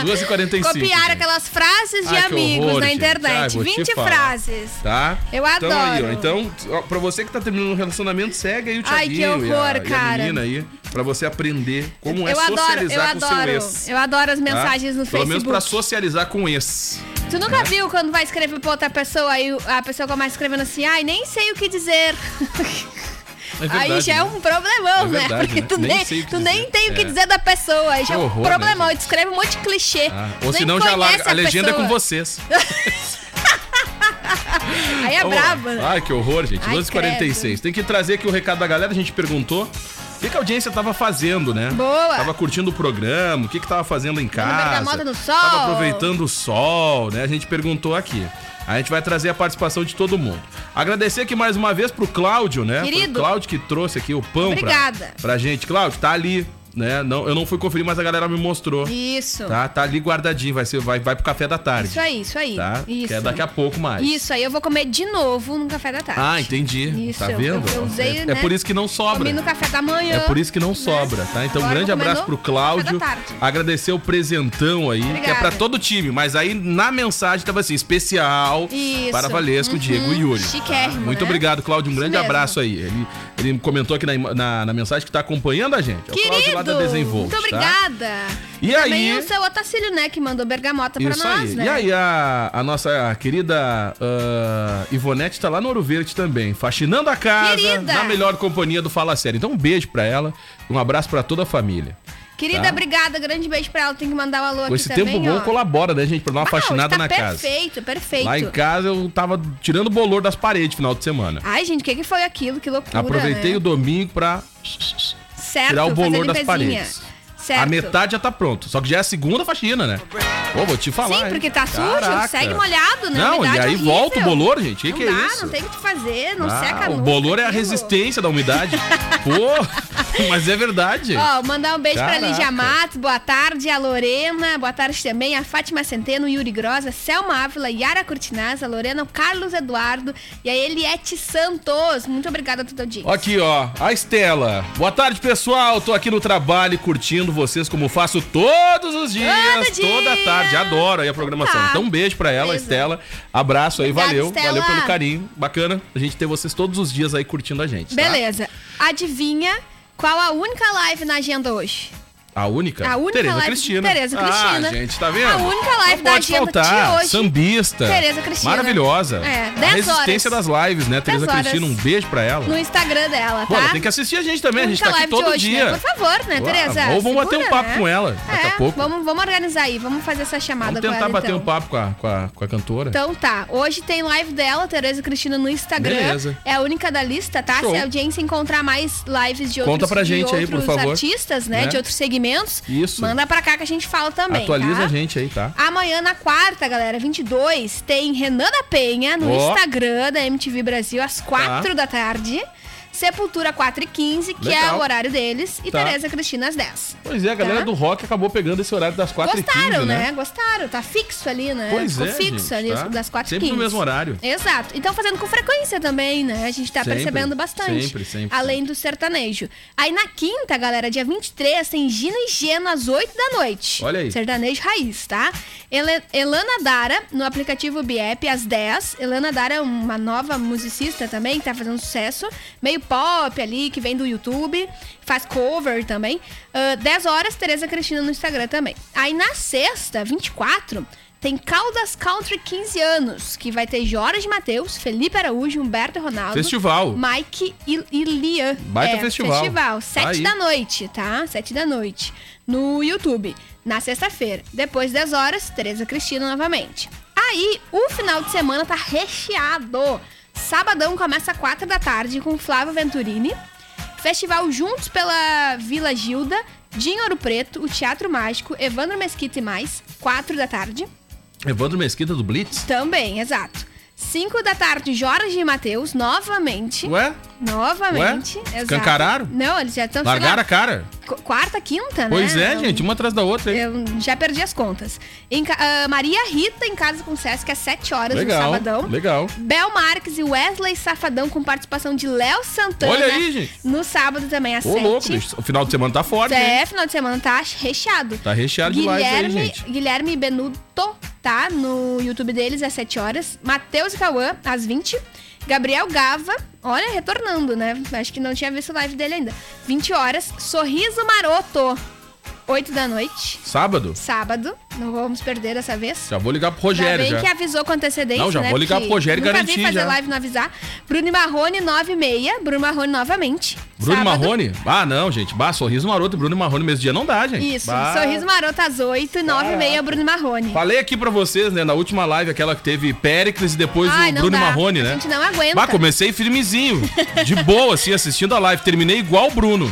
[SPEAKER 2] 2h45.
[SPEAKER 3] Copiaram aquelas frases de
[SPEAKER 2] Ai, que
[SPEAKER 3] amigos
[SPEAKER 2] horror,
[SPEAKER 3] na
[SPEAKER 2] gente. Ai,
[SPEAKER 3] internet.
[SPEAKER 2] vou te
[SPEAKER 3] 20
[SPEAKER 2] falar.
[SPEAKER 3] frases.
[SPEAKER 2] Tá?
[SPEAKER 3] Eu
[SPEAKER 2] então, Aí, ó.
[SPEAKER 3] adoro.
[SPEAKER 2] Então, ó, pra você que tá terminando um relacionamento, segue aí o
[SPEAKER 3] Ai,
[SPEAKER 2] Thiaguinho
[SPEAKER 3] que
[SPEAKER 2] e a-
[SPEAKER 3] horror,
[SPEAKER 2] e, a,
[SPEAKER 3] cara.
[SPEAKER 2] menina aí, pra você aprender como é
[SPEAKER 3] eu adoro, eu
[SPEAKER 2] socializar com o seu
[SPEAKER 3] adoro.
[SPEAKER 2] ex.
[SPEAKER 3] Eu adoro as
[SPEAKER 2] tá?
[SPEAKER 3] mensagens no
[SPEAKER 2] Pelo menos
[SPEAKER 3] Facebook.
[SPEAKER 2] pra É. socializar com ex.
[SPEAKER 3] Tu nunca viu quando vai escrever pra outra pessoa aí a pessoa começa escrevendo assim, ai, nem sei o que dizer.
[SPEAKER 2] É
[SPEAKER 3] *laughs* aí
[SPEAKER 2] verdade,
[SPEAKER 3] já é
[SPEAKER 2] né?
[SPEAKER 3] um problemão,
[SPEAKER 2] É verdade,
[SPEAKER 3] né? Porque
[SPEAKER 2] né?
[SPEAKER 3] tu
[SPEAKER 2] Nem
[SPEAKER 3] nem,
[SPEAKER 2] sei o que
[SPEAKER 3] tu
[SPEAKER 2] dizer.
[SPEAKER 3] nem tem o
[SPEAKER 2] É.
[SPEAKER 3] que dizer da pessoa. Aí já é um
[SPEAKER 2] horror, né,
[SPEAKER 3] problemão.
[SPEAKER 2] gente?
[SPEAKER 3] Tu escreve um monte de clichê.
[SPEAKER 2] Ah, ou
[SPEAKER 3] Nem
[SPEAKER 2] senão já
[SPEAKER 3] conhece
[SPEAKER 2] larga. A legenda é
[SPEAKER 3] pessoa.
[SPEAKER 2] com vocês.
[SPEAKER 3] Aí é
[SPEAKER 2] Vamos lá. Tá.
[SPEAKER 3] brabo, né?
[SPEAKER 2] Ai, que horror, gente.
[SPEAKER 3] Ai,
[SPEAKER 2] 12h46. Tem que trazer aqui o recado da galera. A gente perguntou o que, que a audiência tava fazendo, né?
[SPEAKER 3] Boa.
[SPEAKER 2] Tava curtindo o programa, o que, que tava fazendo em casa.
[SPEAKER 3] bergamota no sol.
[SPEAKER 2] Tava aproveitando o sol, né? A gente perguntou aqui. A gente vai trazer a participação de todo mundo. Agradecer aqui mais uma vez pro Cláudio, né? Foi
[SPEAKER 3] Querido.
[SPEAKER 2] o Cláudio que trouxe aqui o pão pra,
[SPEAKER 3] Obrigada.
[SPEAKER 2] pra gente. Cláudio, tá ali, né? Não, eu não fui conferir, mas a galera me mostrou.
[SPEAKER 3] Isso.
[SPEAKER 2] Tá, tá ali guardadinho, vai, ser, vai, vai pro café da tarde.
[SPEAKER 3] Isso aí, isso aí.
[SPEAKER 2] Tá?
[SPEAKER 3] Isso.
[SPEAKER 2] Que é daqui a pouco mais.
[SPEAKER 3] Isso aí, eu vou comer de novo no café da tarde.
[SPEAKER 2] Ah, entendi.
[SPEAKER 3] Isso,
[SPEAKER 2] tá
[SPEAKER 3] eu-
[SPEAKER 2] vendo?
[SPEAKER 3] eu usei,
[SPEAKER 2] é, é
[SPEAKER 3] né?
[SPEAKER 2] por isso que não sobra.
[SPEAKER 3] Comi no café da manhã.
[SPEAKER 2] É por isso que não sobra, tá? Então, um
[SPEAKER 3] Agora
[SPEAKER 2] grande
[SPEAKER 3] eu vou comer
[SPEAKER 2] abraço pro
[SPEAKER 3] no
[SPEAKER 2] Cláudio.
[SPEAKER 3] café da tarde.
[SPEAKER 2] Agradecer o presentão aí, que é pra
[SPEAKER 3] Obrigada.
[SPEAKER 2] todo o time. Mas aí na mensagem tava assim, especial
[SPEAKER 3] Isso. Uhum.
[SPEAKER 2] para Valesco, Diego e Yuri.
[SPEAKER 3] Chiquérrimo,
[SPEAKER 2] Muito
[SPEAKER 3] né?
[SPEAKER 2] obrigado, Cláudio. Um
[SPEAKER 3] Isso
[SPEAKER 2] grande
[SPEAKER 3] mesmo.
[SPEAKER 2] abraço aí. Ele, ele comentou aqui na, ima- na, na mensagem que tá acompanhando a gente. É o Cláudio lá da tá?
[SPEAKER 3] Querido,
[SPEAKER 2] Desenvolve.
[SPEAKER 3] muito obrigada.
[SPEAKER 2] E
[SPEAKER 3] Também
[SPEAKER 2] aí-
[SPEAKER 3] o seu Otacílio, né, que mandou bergamota pra
[SPEAKER 2] Isso
[SPEAKER 3] nós,
[SPEAKER 2] aí.
[SPEAKER 3] né?
[SPEAKER 2] E aí, a, a nossa querida ah, Ivonete tá lá no Ouro Verde também, faxinando a casa,
[SPEAKER 3] Querida!
[SPEAKER 2] na melhor companhia do Fala Sério. Então, um beijo pra ela, um abraço pra toda a família.
[SPEAKER 3] Querida,
[SPEAKER 2] Tá.
[SPEAKER 3] obrigada. Grande beijo pra ela. Tem que mandar o alô
[SPEAKER 2] Com
[SPEAKER 3] aqui
[SPEAKER 2] esse
[SPEAKER 3] também,
[SPEAKER 2] tempo bom,
[SPEAKER 3] ó.
[SPEAKER 2] colabora, né, gente, pra dar uma
[SPEAKER 3] Ah,
[SPEAKER 2] faxinada
[SPEAKER 3] hoje tá
[SPEAKER 2] na casa.
[SPEAKER 3] Perfeito, perfeito.
[SPEAKER 2] Lá em casa eu tava tirando o bolor das paredes final de semana.
[SPEAKER 3] Ai, gente, o que, que foi aquilo? Que loucura.
[SPEAKER 2] Aproveitei
[SPEAKER 3] né?
[SPEAKER 2] o domingo pra
[SPEAKER 3] certo,
[SPEAKER 2] tirar o
[SPEAKER 3] fazer
[SPEAKER 2] bolor das
[SPEAKER 3] limpezinha.
[SPEAKER 2] paredes.
[SPEAKER 3] Certo.
[SPEAKER 2] A metade já tá pronto. Só que já é a segunda faxina, né? Pô, vou te falar.
[SPEAKER 3] Sim,
[SPEAKER 2] hein?
[SPEAKER 3] porque tá sujo,
[SPEAKER 2] Caraca.
[SPEAKER 3] segue molhado, né?
[SPEAKER 2] Não, e
[SPEAKER 3] Umidade
[SPEAKER 2] aí
[SPEAKER 3] horrível.
[SPEAKER 2] volta o bolor, gente. O que,
[SPEAKER 3] não
[SPEAKER 2] que
[SPEAKER 3] dá,
[SPEAKER 2] é isso?
[SPEAKER 3] não tem o que tu fazer, não
[SPEAKER 2] Ah,
[SPEAKER 3] seca
[SPEAKER 2] O
[SPEAKER 3] nunca
[SPEAKER 2] bolor é a
[SPEAKER 3] aquilo.
[SPEAKER 2] resistência da
[SPEAKER 3] *laughs*
[SPEAKER 2] umidade. Pô, *laughs* mas é verdade.
[SPEAKER 3] Ó, mandar um beijo
[SPEAKER 2] Caraca.
[SPEAKER 3] pra Lígia Matos, boa tarde, a Lorena, boa tarde também, a Fátima Centeno, Yuri Grosa, Selma Ávila, Yara Cortinaz, a Lorena, o Carlos Eduardo e a Eliette Santos. Muito obrigada a todo dia.
[SPEAKER 2] Aqui, ó, a Estela. Boa tarde, pessoal. Tô aqui no trabalho curtindo vocês como faço todos os dias,
[SPEAKER 3] Todo dia.
[SPEAKER 2] toda tarde. Adoro aí a programação.
[SPEAKER 3] Tá.
[SPEAKER 2] Então, um beijo pra ela,
[SPEAKER 3] Beijo.
[SPEAKER 2] Estela. Abraço aí,
[SPEAKER 3] Obrigada,
[SPEAKER 2] valeu. Valeu
[SPEAKER 3] Estela.
[SPEAKER 2] pelo carinho. Bacana a gente ter vocês todos os dias aí curtindo a gente. tá?
[SPEAKER 3] Beleza. Adivinha qual a única live na agenda hoje?
[SPEAKER 2] A única?
[SPEAKER 3] A única
[SPEAKER 2] Tereza
[SPEAKER 3] live de
[SPEAKER 2] Cristina.
[SPEAKER 3] Tereza Cristina.
[SPEAKER 2] Ah, gente, tá vendo?
[SPEAKER 3] A única live
[SPEAKER 2] Não
[SPEAKER 3] da
[SPEAKER 2] pode
[SPEAKER 3] agenda
[SPEAKER 2] faltar.
[SPEAKER 3] de hoje.
[SPEAKER 2] Sambista.
[SPEAKER 3] Tereza Cristina.
[SPEAKER 2] Maravilhosa.
[SPEAKER 3] É,
[SPEAKER 2] A
[SPEAKER 3] 10
[SPEAKER 2] resistência
[SPEAKER 3] horas.
[SPEAKER 2] das lives, né? Tereza
[SPEAKER 3] horas.
[SPEAKER 2] Cristina, um beijo pra ela.
[SPEAKER 3] No Instagram dela, tá?
[SPEAKER 2] Pô, ela tem que assistir a gente também. A gente tá aqui todo dia.
[SPEAKER 3] né? Por favor, né,
[SPEAKER 2] Uau,
[SPEAKER 3] Tereza?
[SPEAKER 2] ou vamos bater um papo
[SPEAKER 3] né?
[SPEAKER 2] com ela,
[SPEAKER 3] É,
[SPEAKER 2] daqui a pouco.
[SPEAKER 3] Vamos, vamos organizar aí, vamos fazer essa chamada
[SPEAKER 2] Vamos tentar
[SPEAKER 3] com ela.
[SPEAKER 2] bater
[SPEAKER 3] então.
[SPEAKER 2] um papo com a, com a, com a cantora.
[SPEAKER 3] Então tá, hoje tem live dela, Tereza Cristina, no Instagram.
[SPEAKER 2] Beleza.
[SPEAKER 3] É a única da lista, tá?
[SPEAKER 2] Show.
[SPEAKER 3] Se a audiência encontrar mais lives de
[SPEAKER 2] Conta
[SPEAKER 3] outros,
[SPEAKER 2] pra
[SPEAKER 3] de
[SPEAKER 2] gente aí, por
[SPEAKER 3] outros
[SPEAKER 2] favor.
[SPEAKER 3] artistas, né?
[SPEAKER 2] Né?
[SPEAKER 3] De outros segmentos.
[SPEAKER 2] Isso.
[SPEAKER 3] Manda pra cá que a gente fala também.
[SPEAKER 2] Atualiza
[SPEAKER 3] tá?
[SPEAKER 2] a gente aí, tá?
[SPEAKER 3] Amanhã, na quarta, galera, 22, tem Renan da Penha no
[SPEAKER 2] Ó. Tá.
[SPEAKER 3] Instagram da MTV Brasil, às 4 da tarde. Sepultura 4 e 15, que é
[SPEAKER 2] Legal.
[SPEAKER 3] o horário deles. E
[SPEAKER 2] Tá.
[SPEAKER 3] Tereza Cristina às 10.
[SPEAKER 2] Pois é, a galera
[SPEAKER 3] Tá.
[SPEAKER 2] do rock acabou pegando esse horário das 4
[SPEAKER 3] Gostaram,
[SPEAKER 2] e 15,
[SPEAKER 3] né? Gostaram. Tá fixo ali, né?
[SPEAKER 2] Pois
[SPEAKER 3] Ficou
[SPEAKER 2] é,
[SPEAKER 3] fixo
[SPEAKER 2] gente,
[SPEAKER 3] ali
[SPEAKER 2] tá?
[SPEAKER 3] das 4
[SPEAKER 2] Sempre no
[SPEAKER 3] 15.
[SPEAKER 2] mesmo horário.
[SPEAKER 3] Exato. Então fazendo com frequência também, né? A gente tá
[SPEAKER 2] Sempre,
[SPEAKER 3] percebendo bastante.
[SPEAKER 2] sempre, sempre,
[SPEAKER 3] Além do sertanejo. Aí na quinta, galera, dia 23, tem Gina e Gena às 8 da noite.
[SPEAKER 2] Olha aí.
[SPEAKER 3] Sertanejo raiz, tá? Ele- Elana Dara, no aplicativo Biep, às 10. Elana Dara é uma nova musicista também, que tá fazendo sucesso. Meio pop ali, que vem do YouTube. Faz cover também. Ah, 10 horas, Tereza Cristina no Instagram também. Aí na sexta, 24, tem Caldas Country 15 anos, que vai ter Jorge Matheus, Felipe Araújo, Humberto Ronaldo.
[SPEAKER 2] Festival.
[SPEAKER 3] Mike e, e Lian. É,
[SPEAKER 2] Baita festival. Tá
[SPEAKER 3] Festival, sete
[SPEAKER 2] Aí.
[SPEAKER 3] da noite, tá? Sete da noite. No YouTube, na sexta-feira. Depois das horas, Tereza Cristina novamente. Aí, o final de semana tá recheado. Sabadão começa às quatro da tarde com Flávio Venturini. Festival Juntos pela Vila Gilda, Dinho Ouro Preto, o Teatro Mágico, Evandro Mesquita e mais, quatro da tarde.
[SPEAKER 2] Evandro Mesquita do Blitz.
[SPEAKER 3] Também, exato. 5 da tarde, Jorge e Matheus, novamente.
[SPEAKER 2] Ué?
[SPEAKER 3] Novamente.
[SPEAKER 2] Ué?
[SPEAKER 3] exato.
[SPEAKER 2] Escancararam?
[SPEAKER 3] Não, eles já estão
[SPEAKER 2] Largaram a cara?
[SPEAKER 3] Quarta, quinta, né?
[SPEAKER 2] Pois é,
[SPEAKER 3] Eu-
[SPEAKER 2] gente, uma atrás da outra. hein?
[SPEAKER 3] Eu já perdi as contas. Em ca- ah, Maria Rita em casa com Sesc às 7 horas
[SPEAKER 2] Legal.
[SPEAKER 3] no um sabadão.
[SPEAKER 2] Legal.
[SPEAKER 3] Bel Marques e Wesley Safadão com participação de Léo Santana.
[SPEAKER 2] Olha aí, gente.
[SPEAKER 3] No sábado também às
[SPEAKER 2] Ô, louco,
[SPEAKER 3] 7.
[SPEAKER 2] bicho. O final de semana tá forte, hein?
[SPEAKER 3] É, final de semana tá recheado.
[SPEAKER 2] Tá recheado demais aí,
[SPEAKER 3] Guilherme,
[SPEAKER 2] gente.
[SPEAKER 3] Guilherme Benuto, tá? No YouTube deles às 7 horas. Matheus e Cauã, às 20. Gabriel Gava, olha, retornando, né? Acho que não tinha visto live dele ainda. 20 horas. Sorriso Maroto, 8 da noite.
[SPEAKER 2] Sábado?
[SPEAKER 3] Sábado. Não vamos perder dessa vez.
[SPEAKER 2] Já vou ligar pro
[SPEAKER 3] Ainda
[SPEAKER 2] Rogério
[SPEAKER 3] bem
[SPEAKER 2] já.
[SPEAKER 3] que é avisou com antecedência,
[SPEAKER 2] Não, já
[SPEAKER 3] né?
[SPEAKER 2] vou ligar
[SPEAKER 3] Porque
[SPEAKER 2] pro Rogério e
[SPEAKER 3] nunca
[SPEAKER 2] garantir
[SPEAKER 3] vim fazer
[SPEAKER 2] já.
[SPEAKER 3] live não avisar. Bruno Marrone, 9 e meia. Bruno Marrone novamente.
[SPEAKER 2] Bruno
[SPEAKER 3] Sábado.
[SPEAKER 2] Marrone? Ah, não, gente. Bah, sorriso maroto e Bruno Marrone mesmo dia não dá, gente.
[SPEAKER 3] Isso.
[SPEAKER 2] Bah.
[SPEAKER 3] Sorriso Maroto às 8 e 9 e meia, Bruno Marrone.
[SPEAKER 2] Falei aqui pra vocês, né, na última live, aquela que teve Péricles e depois
[SPEAKER 3] Ai,
[SPEAKER 2] o
[SPEAKER 3] não
[SPEAKER 2] Bruno
[SPEAKER 3] dá.
[SPEAKER 2] Marrone,
[SPEAKER 3] A
[SPEAKER 2] né?
[SPEAKER 3] gente não aguenta.
[SPEAKER 2] Bah, comecei firmezinho, de boa, assim, assistindo a live. Terminei igual o Bruno.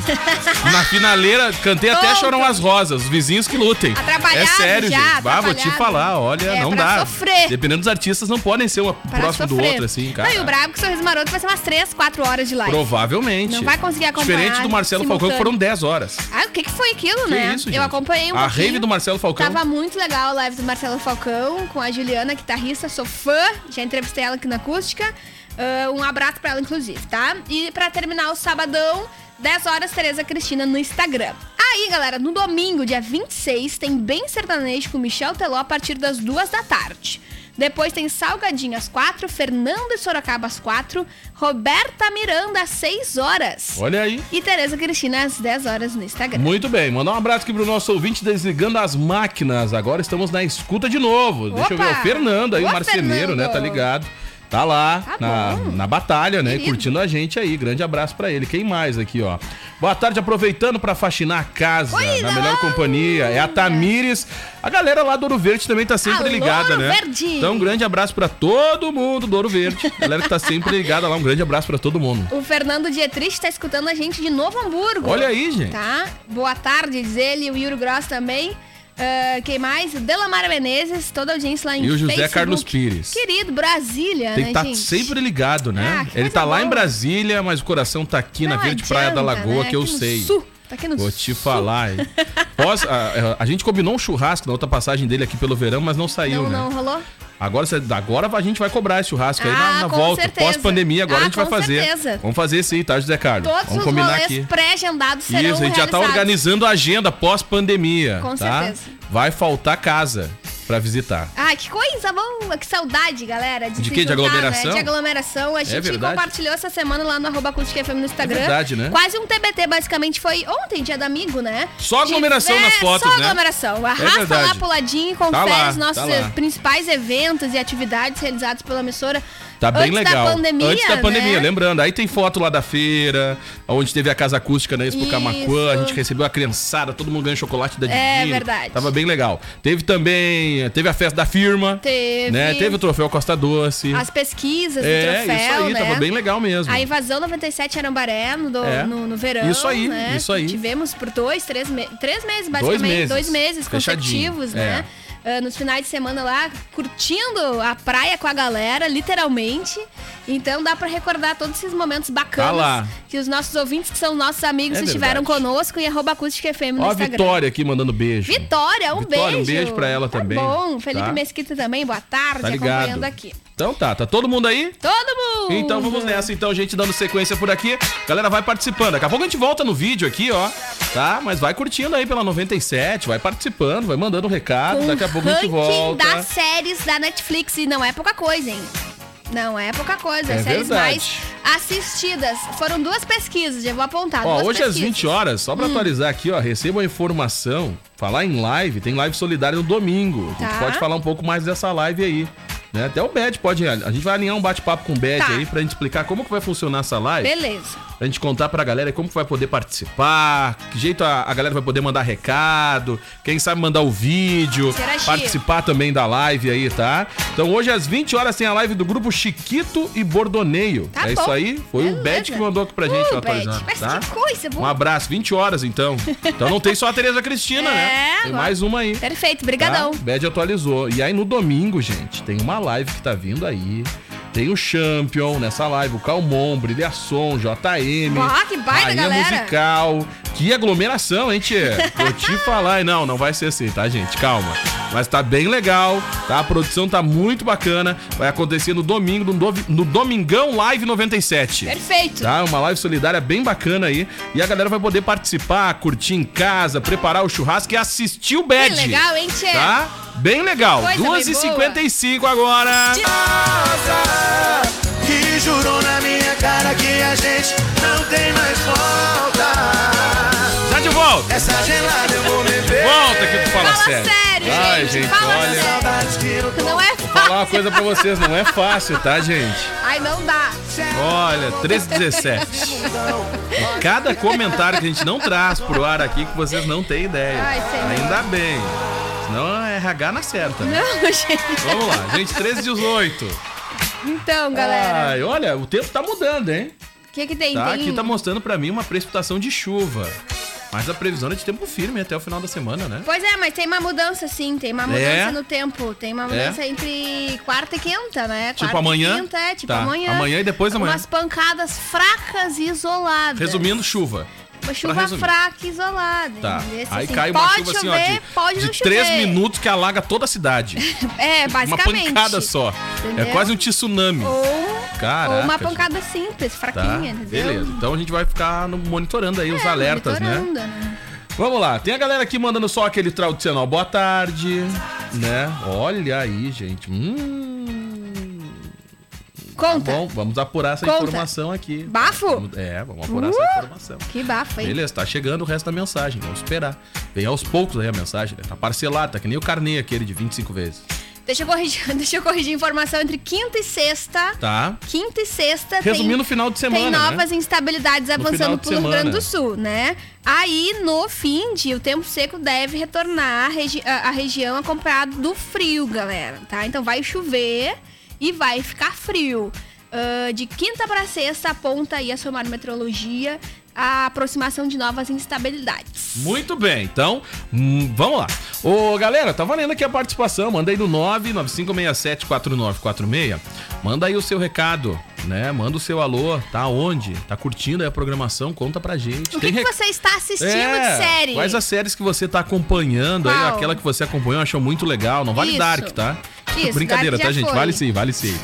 [SPEAKER 2] Na finaleira, cantei até
[SPEAKER 3] Tonto.
[SPEAKER 2] Choram as Rosas, os vizinhos que lutem.
[SPEAKER 3] Atrapalhado
[SPEAKER 2] É sério,
[SPEAKER 3] já,
[SPEAKER 2] gente. Bah, vou te
[SPEAKER 3] atrapalhado.
[SPEAKER 2] falar, olha,
[SPEAKER 3] É,
[SPEAKER 2] não
[SPEAKER 3] pra
[SPEAKER 2] dá.
[SPEAKER 3] sofrer.
[SPEAKER 2] Dependendo dos artistas, não podem ser um
[SPEAKER 3] Pra
[SPEAKER 2] próximo do
[SPEAKER 3] sofrer.
[SPEAKER 2] outro, assim,
[SPEAKER 3] Não, e
[SPEAKER 2] cara.
[SPEAKER 3] o brabo é que o Sorriso Maroto vai ser umas 3, 4 horas de live.
[SPEAKER 2] Provavelmente.
[SPEAKER 3] Não vai conseguir acompanhar
[SPEAKER 2] Diferente do Marcelo Falcão, que
[SPEAKER 3] simultâneo.
[SPEAKER 2] foram 10 horas.
[SPEAKER 3] Ah, o que, que foi aquilo,
[SPEAKER 2] Que
[SPEAKER 3] né?
[SPEAKER 2] isso,
[SPEAKER 3] Eu
[SPEAKER 2] gente?
[SPEAKER 3] acompanhei um
[SPEAKER 2] A
[SPEAKER 3] pouquinho.
[SPEAKER 2] rave do Marcelo Falcão.
[SPEAKER 3] Tava muito legal a live do Marcelo Falcão com a Juliana, guitarrista, sou fã. Já entrevistei ela aqui na acústica. Ah, um abraço pra ela, inclusive, tá? E pra terminar o sabadão, 10 horas, Tereza Cristina no Instagram. Aí, galera, no domingo, dia 26, tem Bem Sertanejo com Michel Teló a partir das 2 da tarde. Depois tem Salgadinho às 4, Fernando e Sorocaba às 4, Roberta Miranda às 6 horas.
[SPEAKER 2] Olha aí.
[SPEAKER 3] E Tereza Cristina às 10 horas no Instagram.
[SPEAKER 2] Muito bem, mandar um abraço aqui pro nosso ouvinte desligando as máquinas. Agora estamos na escuta de novo. Deixa eu ver, o
[SPEAKER 3] Opa!
[SPEAKER 2] Fernando aí,
[SPEAKER 3] Ô,
[SPEAKER 2] o marceneiro,
[SPEAKER 3] Fernando!
[SPEAKER 2] né? Tá ligado. Tá lá,
[SPEAKER 3] Tá
[SPEAKER 2] na,
[SPEAKER 3] bom.
[SPEAKER 2] na batalha, né?
[SPEAKER 3] Querido.
[SPEAKER 2] Curtindo a gente aí. Grande abraço pra ele. Quem mais aqui, ó? Boa tarde, aproveitando pra faxinar a casa,
[SPEAKER 3] Coisa
[SPEAKER 2] na melhor companhia. É a Tamires. A galera lá do Ouro Verde também tá sempre
[SPEAKER 3] Alô,
[SPEAKER 2] ligada,
[SPEAKER 3] Ouro
[SPEAKER 2] né?
[SPEAKER 3] Verde!
[SPEAKER 2] Então, um grande abraço pra todo mundo do Ouro Verde. Galera que tá sempre ligada lá, um grande abraço pra todo mundo.
[SPEAKER 3] O Fernando Dietrich tá escutando a gente de Novo Hamburgo.
[SPEAKER 2] Olha aí, gente.
[SPEAKER 3] Tá? Boa tarde, diz ele, o Yuri Gross também. Ah, quem mais? Delamara Menezes, toda a audiência lá em
[SPEAKER 2] E o José
[SPEAKER 3] Facebook.
[SPEAKER 2] Carlos Pires.
[SPEAKER 3] Querido, Brasília,
[SPEAKER 2] Tem que
[SPEAKER 3] né,
[SPEAKER 2] estar
[SPEAKER 3] gente?
[SPEAKER 2] sempre ligado, né?
[SPEAKER 3] Ah, que
[SPEAKER 2] Ele
[SPEAKER 3] coisa
[SPEAKER 2] tá lá em
[SPEAKER 3] boa.
[SPEAKER 2] Brasília, mas o coração tá aqui na
[SPEAKER 3] Não
[SPEAKER 2] Verde
[SPEAKER 3] adianta,
[SPEAKER 2] Praia da Lagoa,
[SPEAKER 3] né?
[SPEAKER 2] que eu
[SPEAKER 3] Aqui no
[SPEAKER 2] sei.
[SPEAKER 3] Sul, tá aqui no
[SPEAKER 2] Vou te
[SPEAKER 3] Sul.
[SPEAKER 2] falar, hein? Pós- a, a- a gente combinou um churrasco na outra passagem dele aqui pelo verão, mas não saiu,
[SPEAKER 3] Não,
[SPEAKER 2] né?
[SPEAKER 3] não rolou?
[SPEAKER 2] Agora, cê- agora a gente vai cobrar esse churrasco aí
[SPEAKER 3] Ah,
[SPEAKER 2] na, na
[SPEAKER 3] com
[SPEAKER 2] volta.
[SPEAKER 3] certeza.
[SPEAKER 2] Pós-pandemia, agora
[SPEAKER 3] Ah,
[SPEAKER 2] a gente vai
[SPEAKER 3] com
[SPEAKER 2] fazer.
[SPEAKER 3] certeza.
[SPEAKER 2] Vamos fazer esse aí, tá, José Carlos?
[SPEAKER 3] Todos
[SPEAKER 2] Vamos
[SPEAKER 3] os
[SPEAKER 2] combinar
[SPEAKER 3] rolês
[SPEAKER 2] aqui.
[SPEAKER 3] pré-agendados
[SPEAKER 2] Isso, a
[SPEAKER 3] serão
[SPEAKER 2] gente já tá
[SPEAKER 3] realizados.
[SPEAKER 2] organizando a agenda pós-pandemia.
[SPEAKER 3] Com
[SPEAKER 2] tá?
[SPEAKER 3] certeza.
[SPEAKER 2] Vai faltar casa pra visitar.
[SPEAKER 3] Ai, que coisa boa, que saudade, galera.
[SPEAKER 2] De
[SPEAKER 3] se
[SPEAKER 2] quê? De
[SPEAKER 3] juntar,
[SPEAKER 2] aglomeração? É
[SPEAKER 3] Né? De aglomeração. A gente
[SPEAKER 2] verdade.
[SPEAKER 3] compartilhou essa semana lá no arroba Acústica FM no Instagram.
[SPEAKER 2] É verdade, né?
[SPEAKER 3] Quase um TBT, basicamente, foi ontem, dia do amigo, né?
[SPEAKER 2] Só aglomeração
[SPEAKER 3] Tiver-
[SPEAKER 2] nas fotos,
[SPEAKER 3] Só
[SPEAKER 2] né?
[SPEAKER 3] aglomeração. Arrasta
[SPEAKER 2] verdade.
[SPEAKER 3] lá pro ladinho e confere
[SPEAKER 2] lá,
[SPEAKER 3] os nossos
[SPEAKER 2] tá lá.
[SPEAKER 3] principais eventos e atividades realizados pela emissora.
[SPEAKER 2] Tá bem
[SPEAKER 3] antes
[SPEAKER 2] legal.
[SPEAKER 3] Da pandemia,
[SPEAKER 2] Antes da pandemia,
[SPEAKER 3] né?
[SPEAKER 2] lembrando. Aí tem foto lá da feira, onde teve a casa acústica na Expo
[SPEAKER 3] Isso.
[SPEAKER 2] Camacuã. A gente recebeu a criançada, todo mundo ganhou chocolate da Didi.
[SPEAKER 3] É verdade.
[SPEAKER 2] Tava bem legal. Teve também, teve a festa da firma.
[SPEAKER 3] Teve.
[SPEAKER 2] Né? Teve o troféu Costa Doce.
[SPEAKER 3] As pesquisas, o
[SPEAKER 2] é,
[SPEAKER 3] troféu,
[SPEAKER 2] isso aí,
[SPEAKER 3] né?
[SPEAKER 2] tava bem legal mesmo.
[SPEAKER 3] A invasão 97 Arambaré um no, do-
[SPEAKER 2] É.
[SPEAKER 3] no, no verão.
[SPEAKER 2] Isso aí,
[SPEAKER 3] né?
[SPEAKER 2] isso aí.
[SPEAKER 3] Tivemos por dois, três, me- três meses, basicamente.
[SPEAKER 2] meses.
[SPEAKER 3] meses
[SPEAKER 2] Fechadinho,
[SPEAKER 3] consecutivos,
[SPEAKER 2] é.
[SPEAKER 3] né? Ah, nos finais de semana lá, curtindo a praia com a galera, literalmente. Então dá pra recordar todos esses momentos bacanas
[SPEAKER 2] Tá lá.
[SPEAKER 3] que os nossos ouvintes, que são nossos amigos,
[SPEAKER 2] É
[SPEAKER 3] estiveram
[SPEAKER 2] verdade.
[SPEAKER 3] conosco em arroba acústica FM no
[SPEAKER 2] Ó a
[SPEAKER 3] Instagram.
[SPEAKER 2] Vitória aqui mandando beijo.
[SPEAKER 3] Vitória, um
[SPEAKER 2] Vitória,
[SPEAKER 3] beijo.
[SPEAKER 2] um beijo pra ela
[SPEAKER 3] Tá
[SPEAKER 2] também,
[SPEAKER 3] bom, Felipe
[SPEAKER 2] tá?
[SPEAKER 3] Mesquita também, boa tarde,
[SPEAKER 2] Tá
[SPEAKER 3] acompanhando
[SPEAKER 2] ligado?
[SPEAKER 3] aqui.
[SPEAKER 2] Então tá, tá todo mundo aí?
[SPEAKER 3] Todo mundo!
[SPEAKER 2] Então vamos nessa, então, gente, dando sequência por aqui. Galera, vai participando. Daqui a pouco a gente volta no vídeo aqui, ó. Tá? Mas vai curtindo aí pela 97, vai participando, vai mandando um recado.
[SPEAKER 3] com
[SPEAKER 2] Daqui a pouco a gente
[SPEAKER 3] ranking
[SPEAKER 2] volta.
[SPEAKER 3] das séries da Netflix. E não é pouca coisa, hein? Não é pouca coisa.
[SPEAKER 2] É
[SPEAKER 3] As séries
[SPEAKER 2] verdade.
[SPEAKER 3] mais assistidas. Foram duas pesquisas, já vou apontar.
[SPEAKER 2] Ó,
[SPEAKER 3] duas
[SPEAKER 2] hoje é às
[SPEAKER 3] pesquisas. Hum.
[SPEAKER 2] 20 horas, só pra atualizar aqui, ó, receba a informação. Falar em live, tem live solidária no domingo. A gente
[SPEAKER 3] Tá.
[SPEAKER 2] pode falar um pouco mais dessa live aí. Né? Até o Bad pode. A gente vai alinhar um bate-papo com o Bad
[SPEAKER 3] Tá.
[SPEAKER 2] aí pra gente explicar como que vai funcionar essa live.
[SPEAKER 3] Beleza.
[SPEAKER 2] Pra gente contar pra galera como vai poder participar, que jeito a, a galera vai poder mandar recado, quem sabe mandar o vídeo,
[SPEAKER 3] Interagir.
[SPEAKER 2] participar também da live aí, tá? Então hoje às 20 horas tem a live do grupo Chiquito e Bordoneio.
[SPEAKER 3] Tá
[SPEAKER 2] é
[SPEAKER 3] bom.
[SPEAKER 2] isso aí, foi o
[SPEAKER 3] Beleza.
[SPEAKER 2] Bet que mandou aqui pra gente,
[SPEAKER 3] Uh,
[SPEAKER 2] ó, atualizando,
[SPEAKER 3] Beth, mas
[SPEAKER 2] tá?
[SPEAKER 3] que coisa, vou-
[SPEAKER 2] Um abraço, 20 horas então. Então não tem só a Tereza Cristina, né?
[SPEAKER 3] *laughs* É,
[SPEAKER 2] Tem
[SPEAKER 3] agora-
[SPEAKER 2] mais uma aí.
[SPEAKER 3] Perfeito, brigadão.
[SPEAKER 2] Tá? Bad atualizou. E aí no domingo, gente, tem uma live que tá vindo aí. Tem o Champion nessa live, o Calmon, Brilhação, JM.
[SPEAKER 3] Ó, que baita,
[SPEAKER 2] Rainha
[SPEAKER 3] galera.
[SPEAKER 2] musical. Que aglomeração, hein, Tchê? Vou
[SPEAKER 3] *laughs*
[SPEAKER 2] te falar. E Não, não vai ser assim, tá, gente? Calma. Mas tá bem legal, tá? A produção tá muito bacana. Vai acontecer no domingo, no, dovi- no Domingão Live 97.
[SPEAKER 3] Perfeito.
[SPEAKER 2] Tá? Uma live solidária bem bacana aí. E a galera vai poder participar, curtir em casa, preparar o churrasco e assistir o
[SPEAKER 3] Que
[SPEAKER 2] bad.
[SPEAKER 3] legal, hein, Tchê?
[SPEAKER 2] Tá? Bem legal.
[SPEAKER 3] Coisa bem
[SPEAKER 2] 2h55 agora.
[SPEAKER 4] Que jurou na minha cara que a gente não tem mais volta.
[SPEAKER 2] Já de volta.
[SPEAKER 4] Essa gelada eu vou beber.
[SPEAKER 2] Volta que tu fala,
[SPEAKER 3] Fala
[SPEAKER 2] sério.
[SPEAKER 3] sério,
[SPEAKER 2] Ai,
[SPEAKER 3] gente.
[SPEAKER 2] gente,
[SPEAKER 3] Fala
[SPEAKER 2] olha.
[SPEAKER 3] sério.
[SPEAKER 4] Saudades que não
[SPEAKER 3] Não é
[SPEAKER 2] Vou falar uma
[SPEAKER 3] fácil.
[SPEAKER 2] coisa pra vocês, não é fácil, tá, gente?
[SPEAKER 3] Ai, não dá.
[SPEAKER 2] Tá. Olha, 1317. Cada comentário que a gente não traz pro ar aqui que vocês não têm ideia.
[SPEAKER 3] Ai, senhor.
[SPEAKER 2] Ainda bem. Senão a RH na certa. né?
[SPEAKER 3] Não, *laughs* gente.
[SPEAKER 2] Vamos lá, gente, 1318.
[SPEAKER 3] Então, galera.
[SPEAKER 2] Ai, olha, o tempo tá mudando, hein?
[SPEAKER 3] O que que tem?
[SPEAKER 2] Tá,
[SPEAKER 3] tem...
[SPEAKER 2] aqui tá mostrando pra mim uma precipitação de chuva. Mas a previsão é de tempo firme até o final da semana, né?
[SPEAKER 3] Pois é, mas tem uma mudança sim, tem uma mudança
[SPEAKER 2] É?
[SPEAKER 3] no tempo. Tem uma mudança entre quarta e quinta, né?
[SPEAKER 2] Tipo
[SPEAKER 3] Quarta e
[SPEAKER 2] amanhã?
[SPEAKER 3] quinta, é, tipo
[SPEAKER 2] Tá.
[SPEAKER 3] amanhã.
[SPEAKER 2] Amanhã e depois da manhã.
[SPEAKER 3] Umas pancadas fracas e isoladas.
[SPEAKER 2] Resumindo, chuva. pra
[SPEAKER 3] Uma chuva
[SPEAKER 2] resumir.
[SPEAKER 3] fraca e isolada.
[SPEAKER 2] Tá.
[SPEAKER 3] entendeu?
[SPEAKER 2] Aí
[SPEAKER 3] Assim,
[SPEAKER 2] cai uma
[SPEAKER 3] pode
[SPEAKER 2] chuva assim, ó,
[SPEAKER 3] chover,
[SPEAKER 2] de,
[SPEAKER 3] pode não
[SPEAKER 2] de três
[SPEAKER 3] chover.
[SPEAKER 2] minutos que alaga toda a cidade.
[SPEAKER 3] É,
[SPEAKER 2] Uma
[SPEAKER 3] basicamente.
[SPEAKER 2] pancada só. É
[SPEAKER 3] Entendeu?
[SPEAKER 2] quase um tsunami.
[SPEAKER 3] Ou,
[SPEAKER 2] Caraca,
[SPEAKER 3] ou uma
[SPEAKER 2] gente.
[SPEAKER 3] pancada simples,
[SPEAKER 2] Tá?
[SPEAKER 3] fraquinha, entendeu?
[SPEAKER 2] Beleza. Então a gente vai ficar no- monitorando aí os
[SPEAKER 3] É,
[SPEAKER 2] alertas, né?
[SPEAKER 3] monitorando, né?
[SPEAKER 2] Vamos lá, tem a galera aqui mandando só aquele tradicional boa tarde, né? Olha aí, gente. Hum.
[SPEAKER 3] Conta.
[SPEAKER 2] Tá Bom, vamos apurar essa
[SPEAKER 3] Conta.
[SPEAKER 2] informação aqui.
[SPEAKER 3] Bafo?
[SPEAKER 2] Vamos- É, vamos apurar
[SPEAKER 3] Uh!
[SPEAKER 2] essa informação.
[SPEAKER 3] Que bafo, hein?
[SPEAKER 2] Beleza, tá chegando o resto da mensagem, vamos esperar. Vem aos poucos aí a mensagem, né? Tá parcelado, tá que nem o carnê aquele de 25 vezes.
[SPEAKER 3] Deixa eu, corrigir, *laughs* deixa eu corrigir a informação entre quinta e sexta.
[SPEAKER 2] Tá?
[SPEAKER 3] Quinta e sexta
[SPEAKER 2] Resumindo o
[SPEAKER 3] tem,
[SPEAKER 2] final de semana,
[SPEAKER 3] tem
[SPEAKER 2] né?
[SPEAKER 3] novas instabilidades
[SPEAKER 2] final
[SPEAKER 3] avançando
[SPEAKER 2] de
[SPEAKER 3] pelo Rio
[SPEAKER 2] semana.
[SPEAKER 3] Grande do Sul, né? Aí, no fim de, o tempo seco deve retornar à regi- à- à região acompanhado do frio, galera, tá? Então vai chover e vai ficar frio. Ah, de quinta para sexta aponta aí a somar meteorologia a aproximação de novas instabilidades.
[SPEAKER 2] Muito bem, então, hum, vamos lá. Ô, galera, tá valendo aqui a participação. Manda aí no 995674946. Manda aí o seu recado, né? Manda o seu alô, tá onde? Tá curtindo aí a programação? Conta pra gente.
[SPEAKER 3] O que, que
[SPEAKER 2] rec-
[SPEAKER 3] você está assistindo
[SPEAKER 2] É,
[SPEAKER 3] de série?
[SPEAKER 2] Quais as séries que você tá acompanhando aí,
[SPEAKER 3] Qual?
[SPEAKER 2] aquela que você acompanhou, achou muito legal. Não vale
[SPEAKER 3] Isso.
[SPEAKER 2] Dark, tá? *laughs*
[SPEAKER 3] Isso,
[SPEAKER 2] Brincadeira,
[SPEAKER 3] Dark já
[SPEAKER 2] tá, gente?
[SPEAKER 3] foi.
[SPEAKER 2] Vale sim, vale sim.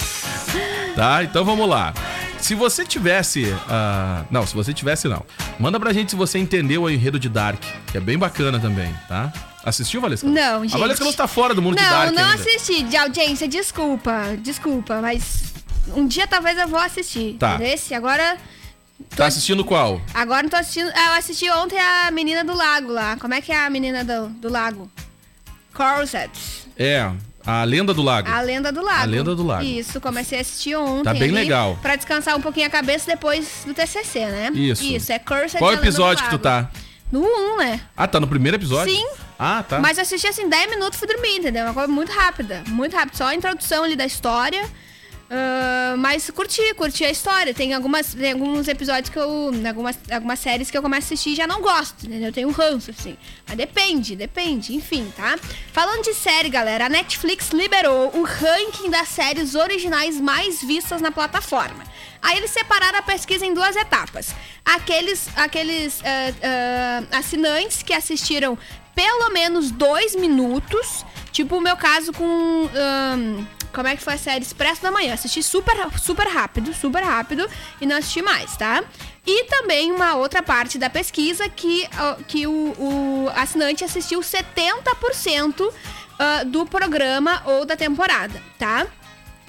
[SPEAKER 2] Tá, então vamos lá. Se você tivesse. ah, não, se você tivesse, não. Manda pra gente se você entendeu o enredo de Dark, que é bem bacana também, tá? Assistiu, Valesca?
[SPEAKER 3] Não,
[SPEAKER 2] A
[SPEAKER 3] gente.
[SPEAKER 2] Valesca não tá fora do mundo de
[SPEAKER 3] Não,
[SPEAKER 2] Dark
[SPEAKER 3] não
[SPEAKER 2] ainda.
[SPEAKER 3] assisti de audiência, desculpa, desculpa, mas um dia talvez eu vou assistir.
[SPEAKER 2] Tá.
[SPEAKER 3] Esse agora,
[SPEAKER 2] Tá assistindo qual?
[SPEAKER 3] agora não tô assistindo. ah, Eu assisti ontem a menina do lago lá. Como é que é a menina do, do lago? Corset,
[SPEAKER 2] É, A Lenda do Lago.
[SPEAKER 3] a lenda do lago.
[SPEAKER 2] A Lenda do Lago.
[SPEAKER 3] Isso, comecei a assistir ontem.
[SPEAKER 2] Tá bem
[SPEAKER 3] ali,
[SPEAKER 2] legal.
[SPEAKER 3] Pra descansar um pouquinho a cabeça depois do TCC, né?
[SPEAKER 2] Isso.
[SPEAKER 3] Isso, é Corset.
[SPEAKER 2] Qual
[SPEAKER 3] a Lenda do
[SPEAKER 2] episódio que tu
[SPEAKER 3] Lago.
[SPEAKER 2] tá?
[SPEAKER 3] No 1, né?
[SPEAKER 2] Ah, tá no primeiro episódio?
[SPEAKER 3] Sim.
[SPEAKER 2] Ah, tá.
[SPEAKER 3] Mas eu assisti assim 10 minutos e fui dormir, entendeu? Uma coisa muito rápida, muito rápida. Só a introdução ali da história. Ah, mas curti, curti a história. Tem, algumas, tem alguns episódios que eu. Algumas, algumas séries que eu começo a assistir e já não gosto, entendeu? Eu tenho um ranço, assim. Mas depende, depende, enfim, tá? Falando de série, galera, a Netflix liberou um ranking das séries originais mais vistas na plataforma. Aí eles separaram a pesquisa em duas etapas. Aqueles, aqueles ah, ah, assinantes que assistiram pelo menos dois minutos, tipo o meu caso com. ahn, como é que foi a série Expresso da Manhã? Assisti super, super rápido, super rápido e não assisti mais, tá? E também uma outra parte da pesquisa que, ah, que o, o assinante assistiu 70% ah, do programa ou da temporada, tá?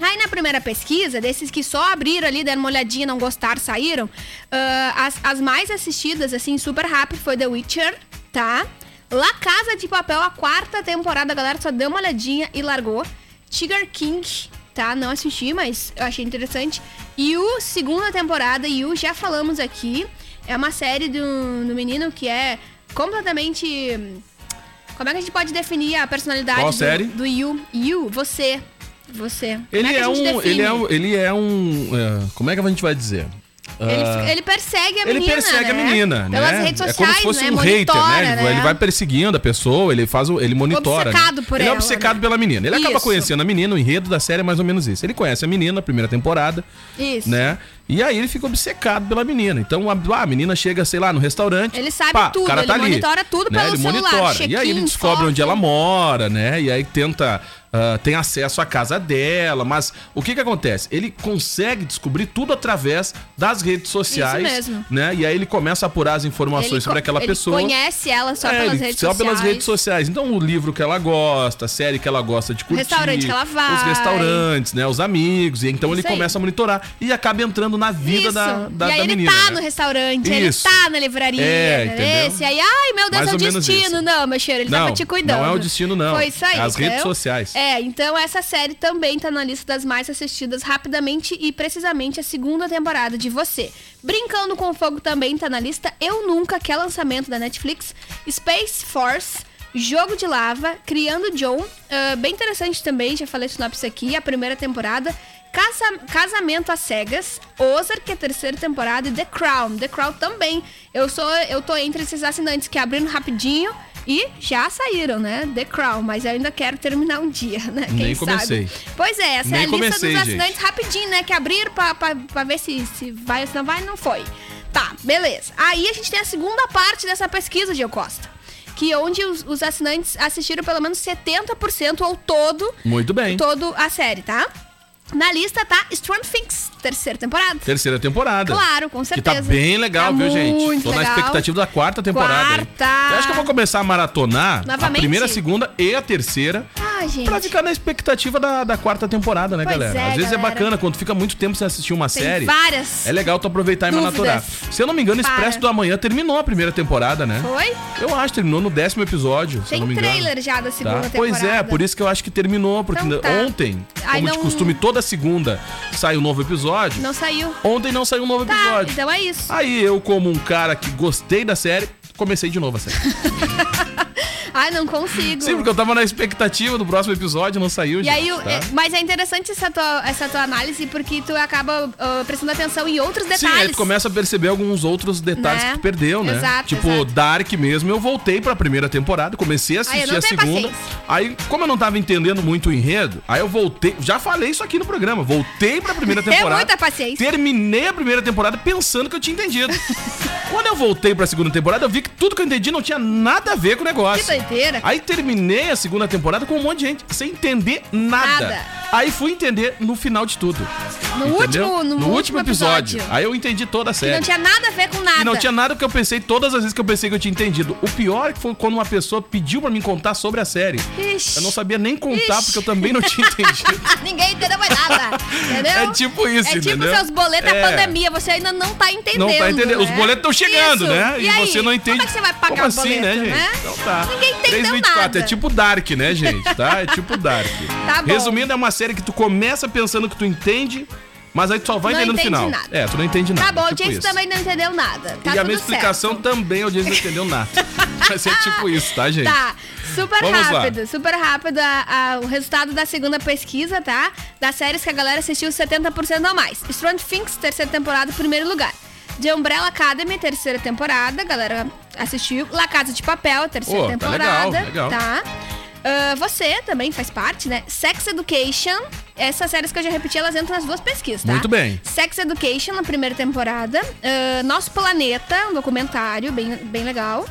[SPEAKER 3] Aí na primeira pesquisa, desses que só abriram ali, deram uma olhadinha, não gostaram, saíram, ah, as, as mais assistidas, assim, super rápido, foi The Witcher, tá? La Casa de Papel, a quarta temporada, a galera só deu uma olhadinha e largou. Tiger King, tá? Não assisti, mas eu achei interessante. E o segunda temporada, e o já falamos aqui, é uma série do, do menino que é completamente... hum, Como é que a gente pode definir a personalidade
[SPEAKER 2] Qual
[SPEAKER 3] do,
[SPEAKER 2] série?
[SPEAKER 3] do Yu? Yu, você. Você. Como
[SPEAKER 2] Ele
[SPEAKER 3] que
[SPEAKER 2] é,
[SPEAKER 3] a gente
[SPEAKER 2] um,
[SPEAKER 3] define?
[SPEAKER 2] ele é um. Ele é um. é, como é que a gente vai dizer?
[SPEAKER 3] Ele, fi- ele persegue a
[SPEAKER 2] Ele
[SPEAKER 3] menina.
[SPEAKER 2] persegue a
[SPEAKER 3] né?
[SPEAKER 2] menina, né?
[SPEAKER 3] Pelas redes
[SPEAKER 2] é
[SPEAKER 3] sociais,
[SPEAKER 2] como se fosse
[SPEAKER 3] né?
[SPEAKER 2] um hater,
[SPEAKER 3] Monitora,
[SPEAKER 2] né? Ele, vai- ele vai perseguindo a pessoa, ele faz o, ele monitora.
[SPEAKER 3] Obcecado
[SPEAKER 2] né?
[SPEAKER 3] por
[SPEAKER 2] ele
[SPEAKER 3] ela,
[SPEAKER 2] é obcecado
[SPEAKER 3] né?
[SPEAKER 2] pela menina. Ele acaba
[SPEAKER 3] Isso.
[SPEAKER 2] conhecendo a menina, o enredo da série é mais ou menos isso. Ele conhece a menina, primeira temporada,
[SPEAKER 3] Isso.
[SPEAKER 2] né? E aí ele fica obcecado pela menina. Então a, a menina chega, sei lá, no restaurante.
[SPEAKER 3] Ele sabe tudo, ele monitora tudo
[SPEAKER 2] né?
[SPEAKER 3] pelo
[SPEAKER 2] Ele
[SPEAKER 3] celular,
[SPEAKER 2] monitora. E aí ele
[SPEAKER 3] check-in,
[SPEAKER 2] descobre
[SPEAKER 3] foto.
[SPEAKER 2] onde ela mora, né? E aí tenta. ah, tem acesso à casa dela, mas o que que acontece? Ele consegue descobrir tudo através das redes sociais,
[SPEAKER 3] mesmo.
[SPEAKER 2] né? E aí ele começa a apurar as informações
[SPEAKER 3] Ele
[SPEAKER 2] sobre
[SPEAKER 3] co-
[SPEAKER 2] aquela
[SPEAKER 3] ele
[SPEAKER 2] pessoa.
[SPEAKER 3] conhece ela só
[SPEAKER 2] É,
[SPEAKER 3] pelas
[SPEAKER 2] ele-
[SPEAKER 3] redes
[SPEAKER 2] só
[SPEAKER 3] sociais.
[SPEAKER 2] pelas redes sociais. Então, o livro que ela gosta, a série que ela gosta de curtir.
[SPEAKER 3] Restaurante que ela vai.
[SPEAKER 2] Os restaurantes, né? Os amigos. E então
[SPEAKER 3] Isso
[SPEAKER 2] ele
[SPEAKER 3] aí.
[SPEAKER 2] começa a monitorar e acaba entrando na vida
[SPEAKER 3] Isso.
[SPEAKER 2] da, da,
[SPEAKER 3] e
[SPEAKER 2] da
[SPEAKER 3] aí ele
[SPEAKER 2] menina. né?
[SPEAKER 3] tá no restaurante,
[SPEAKER 2] Isso.
[SPEAKER 3] ele tá na livraria,
[SPEAKER 2] É, entendeu?
[SPEAKER 3] né? Esse aí, ai, meu Deus,
[SPEAKER 2] Mais
[SPEAKER 3] é o
[SPEAKER 2] ou menos
[SPEAKER 3] destino.
[SPEAKER 2] isso.
[SPEAKER 3] Não, meu cheiro, ele
[SPEAKER 2] Não,
[SPEAKER 3] tava te cuidando.
[SPEAKER 2] não é o destino, não.
[SPEAKER 3] Foi isso aí.
[SPEAKER 2] É as redes
[SPEAKER 3] entendeu?
[SPEAKER 2] sociais.
[SPEAKER 3] É, então essa série também tá na lista das mais assistidas rapidamente e precisamente a segunda temporada de Você. Brincando com Fogo também tá na lista Eu Nunca, que é lançamento da Netflix. Space Force. Jogo de Lava, Criando John, ah, bem interessante também, já falei sinopse aqui, a primeira temporada. Casa- Casamento às Cegas, Ozark, que é a terceira temporada, e The Crown. The Crown também. Eu sou, eu tô entre esses assinantes que abriram rapidinho e já saíram, né? The Crown, mas eu ainda quero terminar um dia, né? Quem
[SPEAKER 2] Nem
[SPEAKER 3] sabe?
[SPEAKER 2] comecei.
[SPEAKER 3] Pois é, essa
[SPEAKER 2] Nem
[SPEAKER 3] é a lista
[SPEAKER 2] comecei,
[SPEAKER 3] dos
[SPEAKER 2] gente.
[SPEAKER 3] assinantes rapidinho, né? Que abriram pra, pra, pra ver se, se vai ou se não vai, não foi. Tá, beleza. Aí a gente tem a segunda parte dessa pesquisa, Gil Costa. Que onde os, os assinantes assistiram pelo menos 70% ao todo
[SPEAKER 2] Muito bem.
[SPEAKER 3] todo a série, tá? Na lista tá Storm Things, terceira temporada.
[SPEAKER 2] Terceira temporada.
[SPEAKER 3] Claro, com certeza.
[SPEAKER 2] Que tá bem legal,
[SPEAKER 3] Tá
[SPEAKER 2] viu, gente?
[SPEAKER 3] muito
[SPEAKER 2] Tô na
[SPEAKER 3] legal.
[SPEAKER 2] expectativa da quarta temporada. hein?
[SPEAKER 3] Quarta.
[SPEAKER 2] Eu acho que eu vou começar a maratonar a
[SPEAKER 3] Novamente?
[SPEAKER 2] primeira, a segunda e a terceira.
[SPEAKER 3] Ah, gente.
[SPEAKER 2] Pra ficar na expectativa da, da quarta temporada, né,
[SPEAKER 3] Pois
[SPEAKER 2] galera?
[SPEAKER 3] é,
[SPEAKER 2] Às vezes é
[SPEAKER 3] galera.
[SPEAKER 2] bacana, quando fica muito tempo sem assistir uma
[SPEAKER 3] Tem
[SPEAKER 2] série.
[SPEAKER 3] várias.
[SPEAKER 2] É legal tu aproveitar e
[SPEAKER 3] Dúvidas.
[SPEAKER 2] maratonar. Se eu não me engano,
[SPEAKER 3] Para.
[SPEAKER 2] Expresso do Amanhã terminou a primeira temporada, né?
[SPEAKER 3] Foi?
[SPEAKER 2] Eu acho, terminou no décimo episódio, se eu não me
[SPEAKER 3] Tem
[SPEAKER 2] engano.
[SPEAKER 3] trailer já
[SPEAKER 2] Tá?
[SPEAKER 3] da segunda temporada.
[SPEAKER 2] Pois é, por isso que eu acho que terminou, porque
[SPEAKER 3] Então tá.
[SPEAKER 2] ontem,
[SPEAKER 3] Ai,
[SPEAKER 2] como de
[SPEAKER 3] não-
[SPEAKER 2] costume, toda segunda sai um novo episódio.
[SPEAKER 3] Não saiu.
[SPEAKER 2] Ontem não saiu um novo
[SPEAKER 3] Tá,
[SPEAKER 2] episódio.
[SPEAKER 3] então é isso.
[SPEAKER 2] Aí eu, como um cara que gostei da série, comecei de novo a
[SPEAKER 3] *laughs*
[SPEAKER 2] série.
[SPEAKER 3] Ai, não consigo.
[SPEAKER 2] Sim, porque eu tava na expectativa do próximo episódio, não saiu.
[SPEAKER 3] E
[SPEAKER 2] gente,
[SPEAKER 3] aí, o-
[SPEAKER 2] tá?
[SPEAKER 3] é, mas é interessante essa tua, essa tua análise, porque tu acaba ah, prestando atenção em outros detalhes.
[SPEAKER 2] Sim, aí tu começa a perceber alguns outros detalhes
[SPEAKER 3] Né?
[SPEAKER 2] que tu perdeu, né?
[SPEAKER 3] Exato,
[SPEAKER 2] tipo,
[SPEAKER 3] exato.
[SPEAKER 2] Dark mesmo, eu voltei pra primeira temporada, comecei a
[SPEAKER 3] Aí eu
[SPEAKER 2] assistir
[SPEAKER 3] não
[SPEAKER 2] a
[SPEAKER 3] tenho
[SPEAKER 2] segunda.
[SPEAKER 3] paciência.
[SPEAKER 2] Aí, como eu não tava entendendo muito o enredo, aí eu voltei, já falei isso aqui no programa, voltei pra
[SPEAKER 3] *laughs*
[SPEAKER 2] primeira
[SPEAKER 3] Tem
[SPEAKER 2] temporada.
[SPEAKER 3] É muita paciência.
[SPEAKER 2] Terminei a primeira temporada pensando que eu tinha
[SPEAKER 3] *laughs*
[SPEAKER 2] entendido. Quando eu voltei pra segunda temporada, eu vi que tudo que eu entendi não tinha nada a ver com o negócio.
[SPEAKER 3] Que doideira.
[SPEAKER 2] Aí terminei a segunda temporada com um monte de gente sem entender nada.
[SPEAKER 3] Nada.
[SPEAKER 2] Aí fui entender no final de tudo.
[SPEAKER 3] No
[SPEAKER 2] entendeu?
[SPEAKER 3] último- no último episódio.
[SPEAKER 2] Aí eu entendi toda a
[SPEAKER 3] Que
[SPEAKER 2] série.
[SPEAKER 3] não tinha nada a ver com nada.
[SPEAKER 2] E não tinha nada que eu pensei, todas as vezes que eu pensei que eu tinha entendido. O pior é foi quando uma pessoa pediu pra me contar sobre a série.
[SPEAKER 3] Ixi.
[SPEAKER 2] Eu não sabia nem contar,
[SPEAKER 3] Ixi.
[SPEAKER 2] porque eu também não tinha
[SPEAKER 3] *laughs*
[SPEAKER 2] entendido.
[SPEAKER 3] Ah, Ninguém entendeu mais nada. Entendeu?
[SPEAKER 2] *laughs* É tipo isso,
[SPEAKER 3] É tipo
[SPEAKER 2] entendeu?
[SPEAKER 3] seus boletos da
[SPEAKER 2] É.
[SPEAKER 3] pandemia, você ainda não tá entendendo.
[SPEAKER 2] Não tá entendendo. Os
[SPEAKER 3] né?
[SPEAKER 2] boletos estão chegando,
[SPEAKER 3] Isso.
[SPEAKER 2] né?
[SPEAKER 3] E, aí,
[SPEAKER 2] você não entende.
[SPEAKER 3] Como é que você vai pagar
[SPEAKER 2] Como
[SPEAKER 3] o boleto,
[SPEAKER 2] assim, né, gente? Então tá.
[SPEAKER 3] Ninguém entendeu
[SPEAKER 2] 3,24,
[SPEAKER 3] nada.
[SPEAKER 2] é tipo Dark,
[SPEAKER 3] *laughs*
[SPEAKER 2] né, gente? Tá? É tipo Dark.
[SPEAKER 3] Tá bom.
[SPEAKER 2] Resumindo, é uma série que tu começa pensando que tu entende, mas aí tu só vai
[SPEAKER 3] Não
[SPEAKER 2] entender no
[SPEAKER 3] entende
[SPEAKER 2] final.
[SPEAKER 3] nada.
[SPEAKER 2] É, tu não entende nada.
[SPEAKER 3] Tá
[SPEAKER 2] tipo
[SPEAKER 3] bom, a audiência
[SPEAKER 2] isso.
[SPEAKER 3] também não entendeu nada.
[SPEAKER 2] e
[SPEAKER 3] Tá
[SPEAKER 2] a
[SPEAKER 3] tudo
[SPEAKER 2] minha explicação também a audiência não entendeu
[SPEAKER 3] *laughs*
[SPEAKER 2] nada. Mas é tipo isso, tá, gente?
[SPEAKER 3] certo. Tá, super
[SPEAKER 2] Vamos lá.
[SPEAKER 3] rápido, super rápido a- a- o resultado da segunda pesquisa, tá? Das séries que a galera assistiu 70% ou mais. Stranger Things, terceira temporada, primeiro lugar. The Umbrella Academy, terceira temporada, a galera assistiu. La Casa de Papel, terceira
[SPEAKER 2] Pô, tá
[SPEAKER 3] temporada.
[SPEAKER 2] legal, legal.
[SPEAKER 3] Tá? tá? Ah, você também faz parte, né? Sex Education. Essas séries que eu já repeti, elas entram nas duas pesquisas, tá?
[SPEAKER 2] Muito bem.
[SPEAKER 3] Sex Education, na primeira temporada. Ah, Nosso Planeta, um documentário bem, bem legal.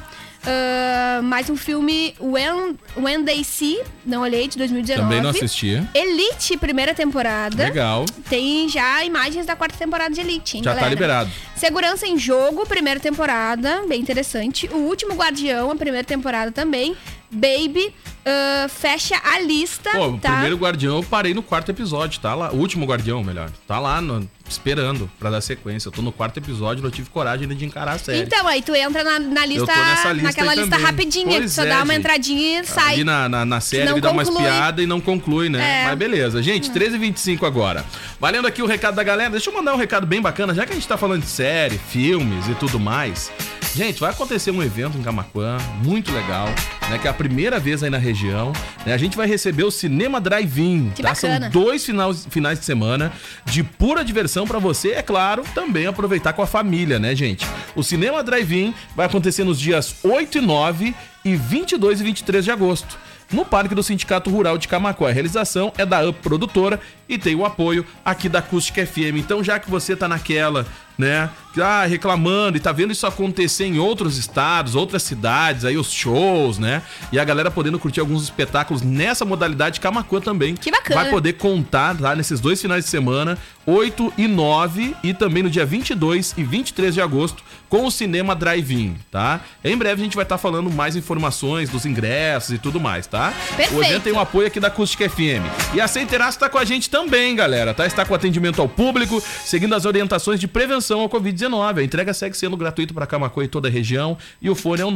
[SPEAKER 3] Ah, mais um filme, When, When They See, não olhei, de 2019.
[SPEAKER 2] Também não assisti.
[SPEAKER 3] Elite, primeira temporada.
[SPEAKER 2] Legal.
[SPEAKER 3] Tem já imagens da quarta temporada de Elite, hein,
[SPEAKER 2] Já tá
[SPEAKER 3] galera?
[SPEAKER 2] liberado.
[SPEAKER 3] Segurança em Jogo, primeira temporada, bem interessante. O Último Guardião, a primeira temporada também. Baby, ah, fecha a lista,
[SPEAKER 2] Pô, o
[SPEAKER 3] tá?
[SPEAKER 2] primeiro Guardião eu parei no quarto episódio, tá lá. O último Guardião, melhor. Tá lá no- esperando pra dar sequência. Eu tô no quarto episódio, não tive coragem ainda de encarar a série.
[SPEAKER 3] Então, aí tu entra na, na lista,
[SPEAKER 2] tô nessa lista
[SPEAKER 3] naquela
[SPEAKER 2] aí
[SPEAKER 3] lista
[SPEAKER 2] também.
[SPEAKER 3] rapidinha,
[SPEAKER 2] Pois
[SPEAKER 3] que só
[SPEAKER 2] é,
[SPEAKER 3] dá uma
[SPEAKER 2] gente.
[SPEAKER 3] entradinha e sai.
[SPEAKER 2] Ali na, na, na série
[SPEAKER 3] Não
[SPEAKER 2] ele dá umas
[SPEAKER 3] conclui.
[SPEAKER 2] piadas e não conclui, né?
[SPEAKER 3] É.
[SPEAKER 2] Mas beleza. Gente, 13h25 agora. Valendo aqui o recado da galera, deixa eu mandar um recado bem bacana, já que a gente tá falando de série, filmes e tudo mais. Gente, vai acontecer um evento em Camaquã, muito legal. né, que é a primeira vez aí na região. né? a gente vai receber o Cinema Drive-In. tá?
[SPEAKER 3] Que
[SPEAKER 2] São
[SPEAKER 3] bacana.
[SPEAKER 2] dois finais, finais de semana de pura diversão pra você, é claro, também aproveitar com a família, né, gente? O Cinema Drive-In vai acontecer nos dias 8 e 9 e 22 e 23 de agosto. No Parque do Sindicato Rural de Camacó. A realização é da UP Produtora e tem o apoio aqui da Acústica FM. Então, já que você tá naquela, né, que, ah, reclamando e tá vendo isso acontecer em outros estados, outras cidades, aí os shows, né, e a galera podendo curtir alguns espetáculos nessa modalidade, Camacô também
[SPEAKER 3] Que bacana.
[SPEAKER 2] vai poder poder contar tá, nesses dois finais de semana, 8 e 9, e também no dia 22 e 23 de agosto, com o Cinema Drive-In, tá? Em breve a gente vai estar falando mais informações dos ingressos e tudo mais, tá? O
[SPEAKER 3] Perfeito.
[SPEAKER 2] evento tem o apoio aqui da Acústica FM. E a Centeraço tá com a gente também, galera, tá? Está com atendimento ao público, seguindo as orientações de prevenção ao Covid-19. A entrega segue sendo gratuito para Camacô e toda a região, e o fone é o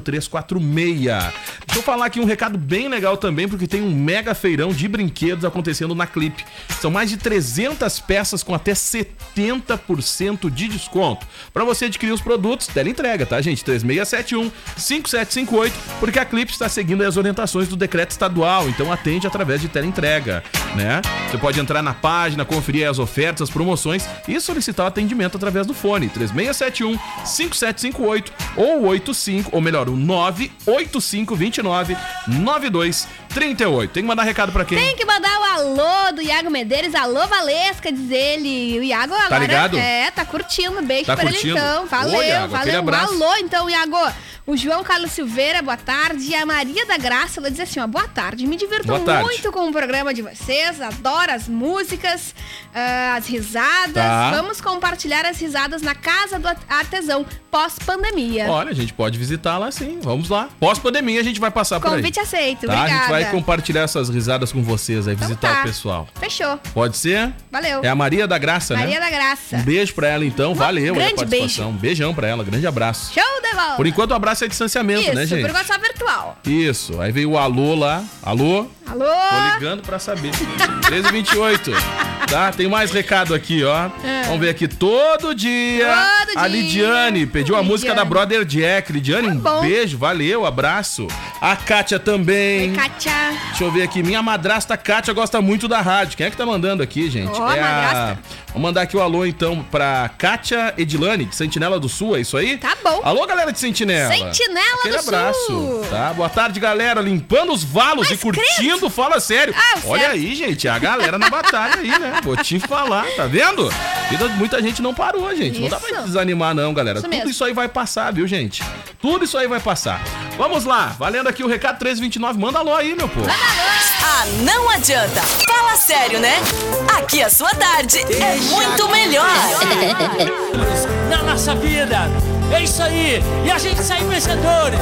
[SPEAKER 2] 989214346. Deixa eu falar aqui um recado bem legal também, porque tem um mega feirão de brinquedos acontecendo na Clipe. São mais de 300 peças com até 70% de desconto. Para você adquirir os produtos, tela entrega, tá, gente? 3671 5758, porque a Clipe está seguindo as orientações do decreto estadual, então atende através de tela entrega, né? Você pode entrar na página, conferir as ofertas, as promoções e solicitar o atendimento através do fone 3671 5758 ou 85, ou melhor, o 985 29 92 38. Tem que mandar recado pra quem?
[SPEAKER 3] Tem que mandar o alô do Iago Medeiros, alô Valesca, diz ele. O Iago agora
[SPEAKER 2] ligado?
[SPEAKER 3] é, tá curtindo, beijo
[SPEAKER 2] Tá
[SPEAKER 3] pra
[SPEAKER 2] curtindo?
[SPEAKER 3] ele então. Valeu,
[SPEAKER 2] Ô, Iago, aquele
[SPEAKER 3] valeu. Um
[SPEAKER 2] abraço.
[SPEAKER 3] alô então, Iago. O João Carlos Silveira, boa tarde. E a Maria da Graça, ela diz assim, ó, boa tarde. Me divirto
[SPEAKER 2] Boa tarde.
[SPEAKER 3] muito com o programa de vocês, adoro as músicas, ah, as risadas.
[SPEAKER 2] Tá.
[SPEAKER 3] Vamos compartilhar as risadas na Casa do Artesão, pós-pandemia.
[SPEAKER 2] Olha, a gente pode visitar lá sim. Vamos lá. Pós-pandemia a gente vai passar por aí.
[SPEAKER 3] Convite aceito,
[SPEAKER 2] Tá? A
[SPEAKER 3] obrigada.
[SPEAKER 2] gente vai compartilhar essas risadas com vocês aí,
[SPEAKER 3] Então
[SPEAKER 2] visitar
[SPEAKER 3] tá.
[SPEAKER 2] o pessoal.
[SPEAKER 3] Fechou,
[SPEAKER 2] Pode ser?
[SPEAKER 3] valeu.
[SPEAKER 2] É a Maria da Graça,
[SPEAKER 3] Maria
[SPEAKER 2] né?
[SPEAKER 3] da Graça.
[SPEAKER 2] Um beijo pra ela então. Valeu aí a
[SPEAKER 3] grande
[SPEAKER 2] participação. Um beijão pra ela, grande abraço.
[SPEAKER 3] Show de bola.
[SPEAKER 2] Por enquanto, o abraço é distanciamento,
[SPEAKER 3] Isso,
[SPEAKER 2] né, gente?
[SPEAKER 3] por é WhatsApp virtual.
[SPEAKER 2] Isso. Aí veio o alô lá. Alô?
[SPEAKER 3] Alô?
[SPEAKER 2] Tô ligando pra saber. 1328. Tá? Tem mais recado aqui, ó. Vamos ver aqui. Todo dia.
[SPEAKER 3] Ah. Todo
[SPEAKER 2] a
[SPEAKER 3] dia.
[SPEAKER 2] Lidiane pediu a
[SPEAKER 3] Lidiane.
[SPEAKER 2] música da Brother Jack. Lidiane,
[SPEAKER 3] Tá
[SPEAKER 2] um
[SPEAKER 3] bom.
[SPEAKER 2] beijo, valeu, abraço. A Kátia também.
[SPEAKER 3] Oi, Kátia.
[SPEAKER 2] Deixa eu ver aqui. Minha madrasta Kátia gosta muito da rádio. Quem é que tá mandando aqui, gente?
[SPEAKER 3] Ó,
[SPEAKER 2] é
[SPEAKER 3] madrasta.
[SPEAKER 2] Vou mandar aqui o alô, então, pra Kátia Edilane, de Sentinela do Sul, é isso aí?
[SPEAKER 3] Tá bom.
[SPEAKER 2] Alô, galera de Sentinela.
[SPEAKER 3] Sentinela
[SPEAKER 2] Aquele
[SPEAKER 3] do
[SPEAKER 2] abraço,
[SPEAKER 3] Sul.
[SPEAKER 2] tá? Boa tarde, galera. Limpando os valos
[SPEAKER 3] Mas
[SPEAKER 2] e curtindo, fala sério.
[SPEAKER 3] Ah,
[SPEAKER 2] Olha
[SPEAKER 3] certo.
[SPEAKER 2] aí, gente, a galera na batalha aí, né? Vou te falar, tá vendo? Vida de muita gente não parou, gente. Não dá pra
[SPEAKER 3] Isso.
[SPEAKER 2] desanimar, não, galera.
[SPEAKER 3] Isso
[SPEAKER 2] Tudo
[SPEAKER 3] mesmo.
[SPEAKER 2] isso aí vai passar, viu, gente? Tudo isso aí vai passar. Vamos lá, valendo aqui o recado 1329. Manda alô aí, meu povo.
[SPEAKER 5] Ah, não adianta. Fala sério, né? Aqui a sua tarde é muito melhor.
[SPEAKER 6] na nossa vida. É isso aí. E a gente sai vencedores.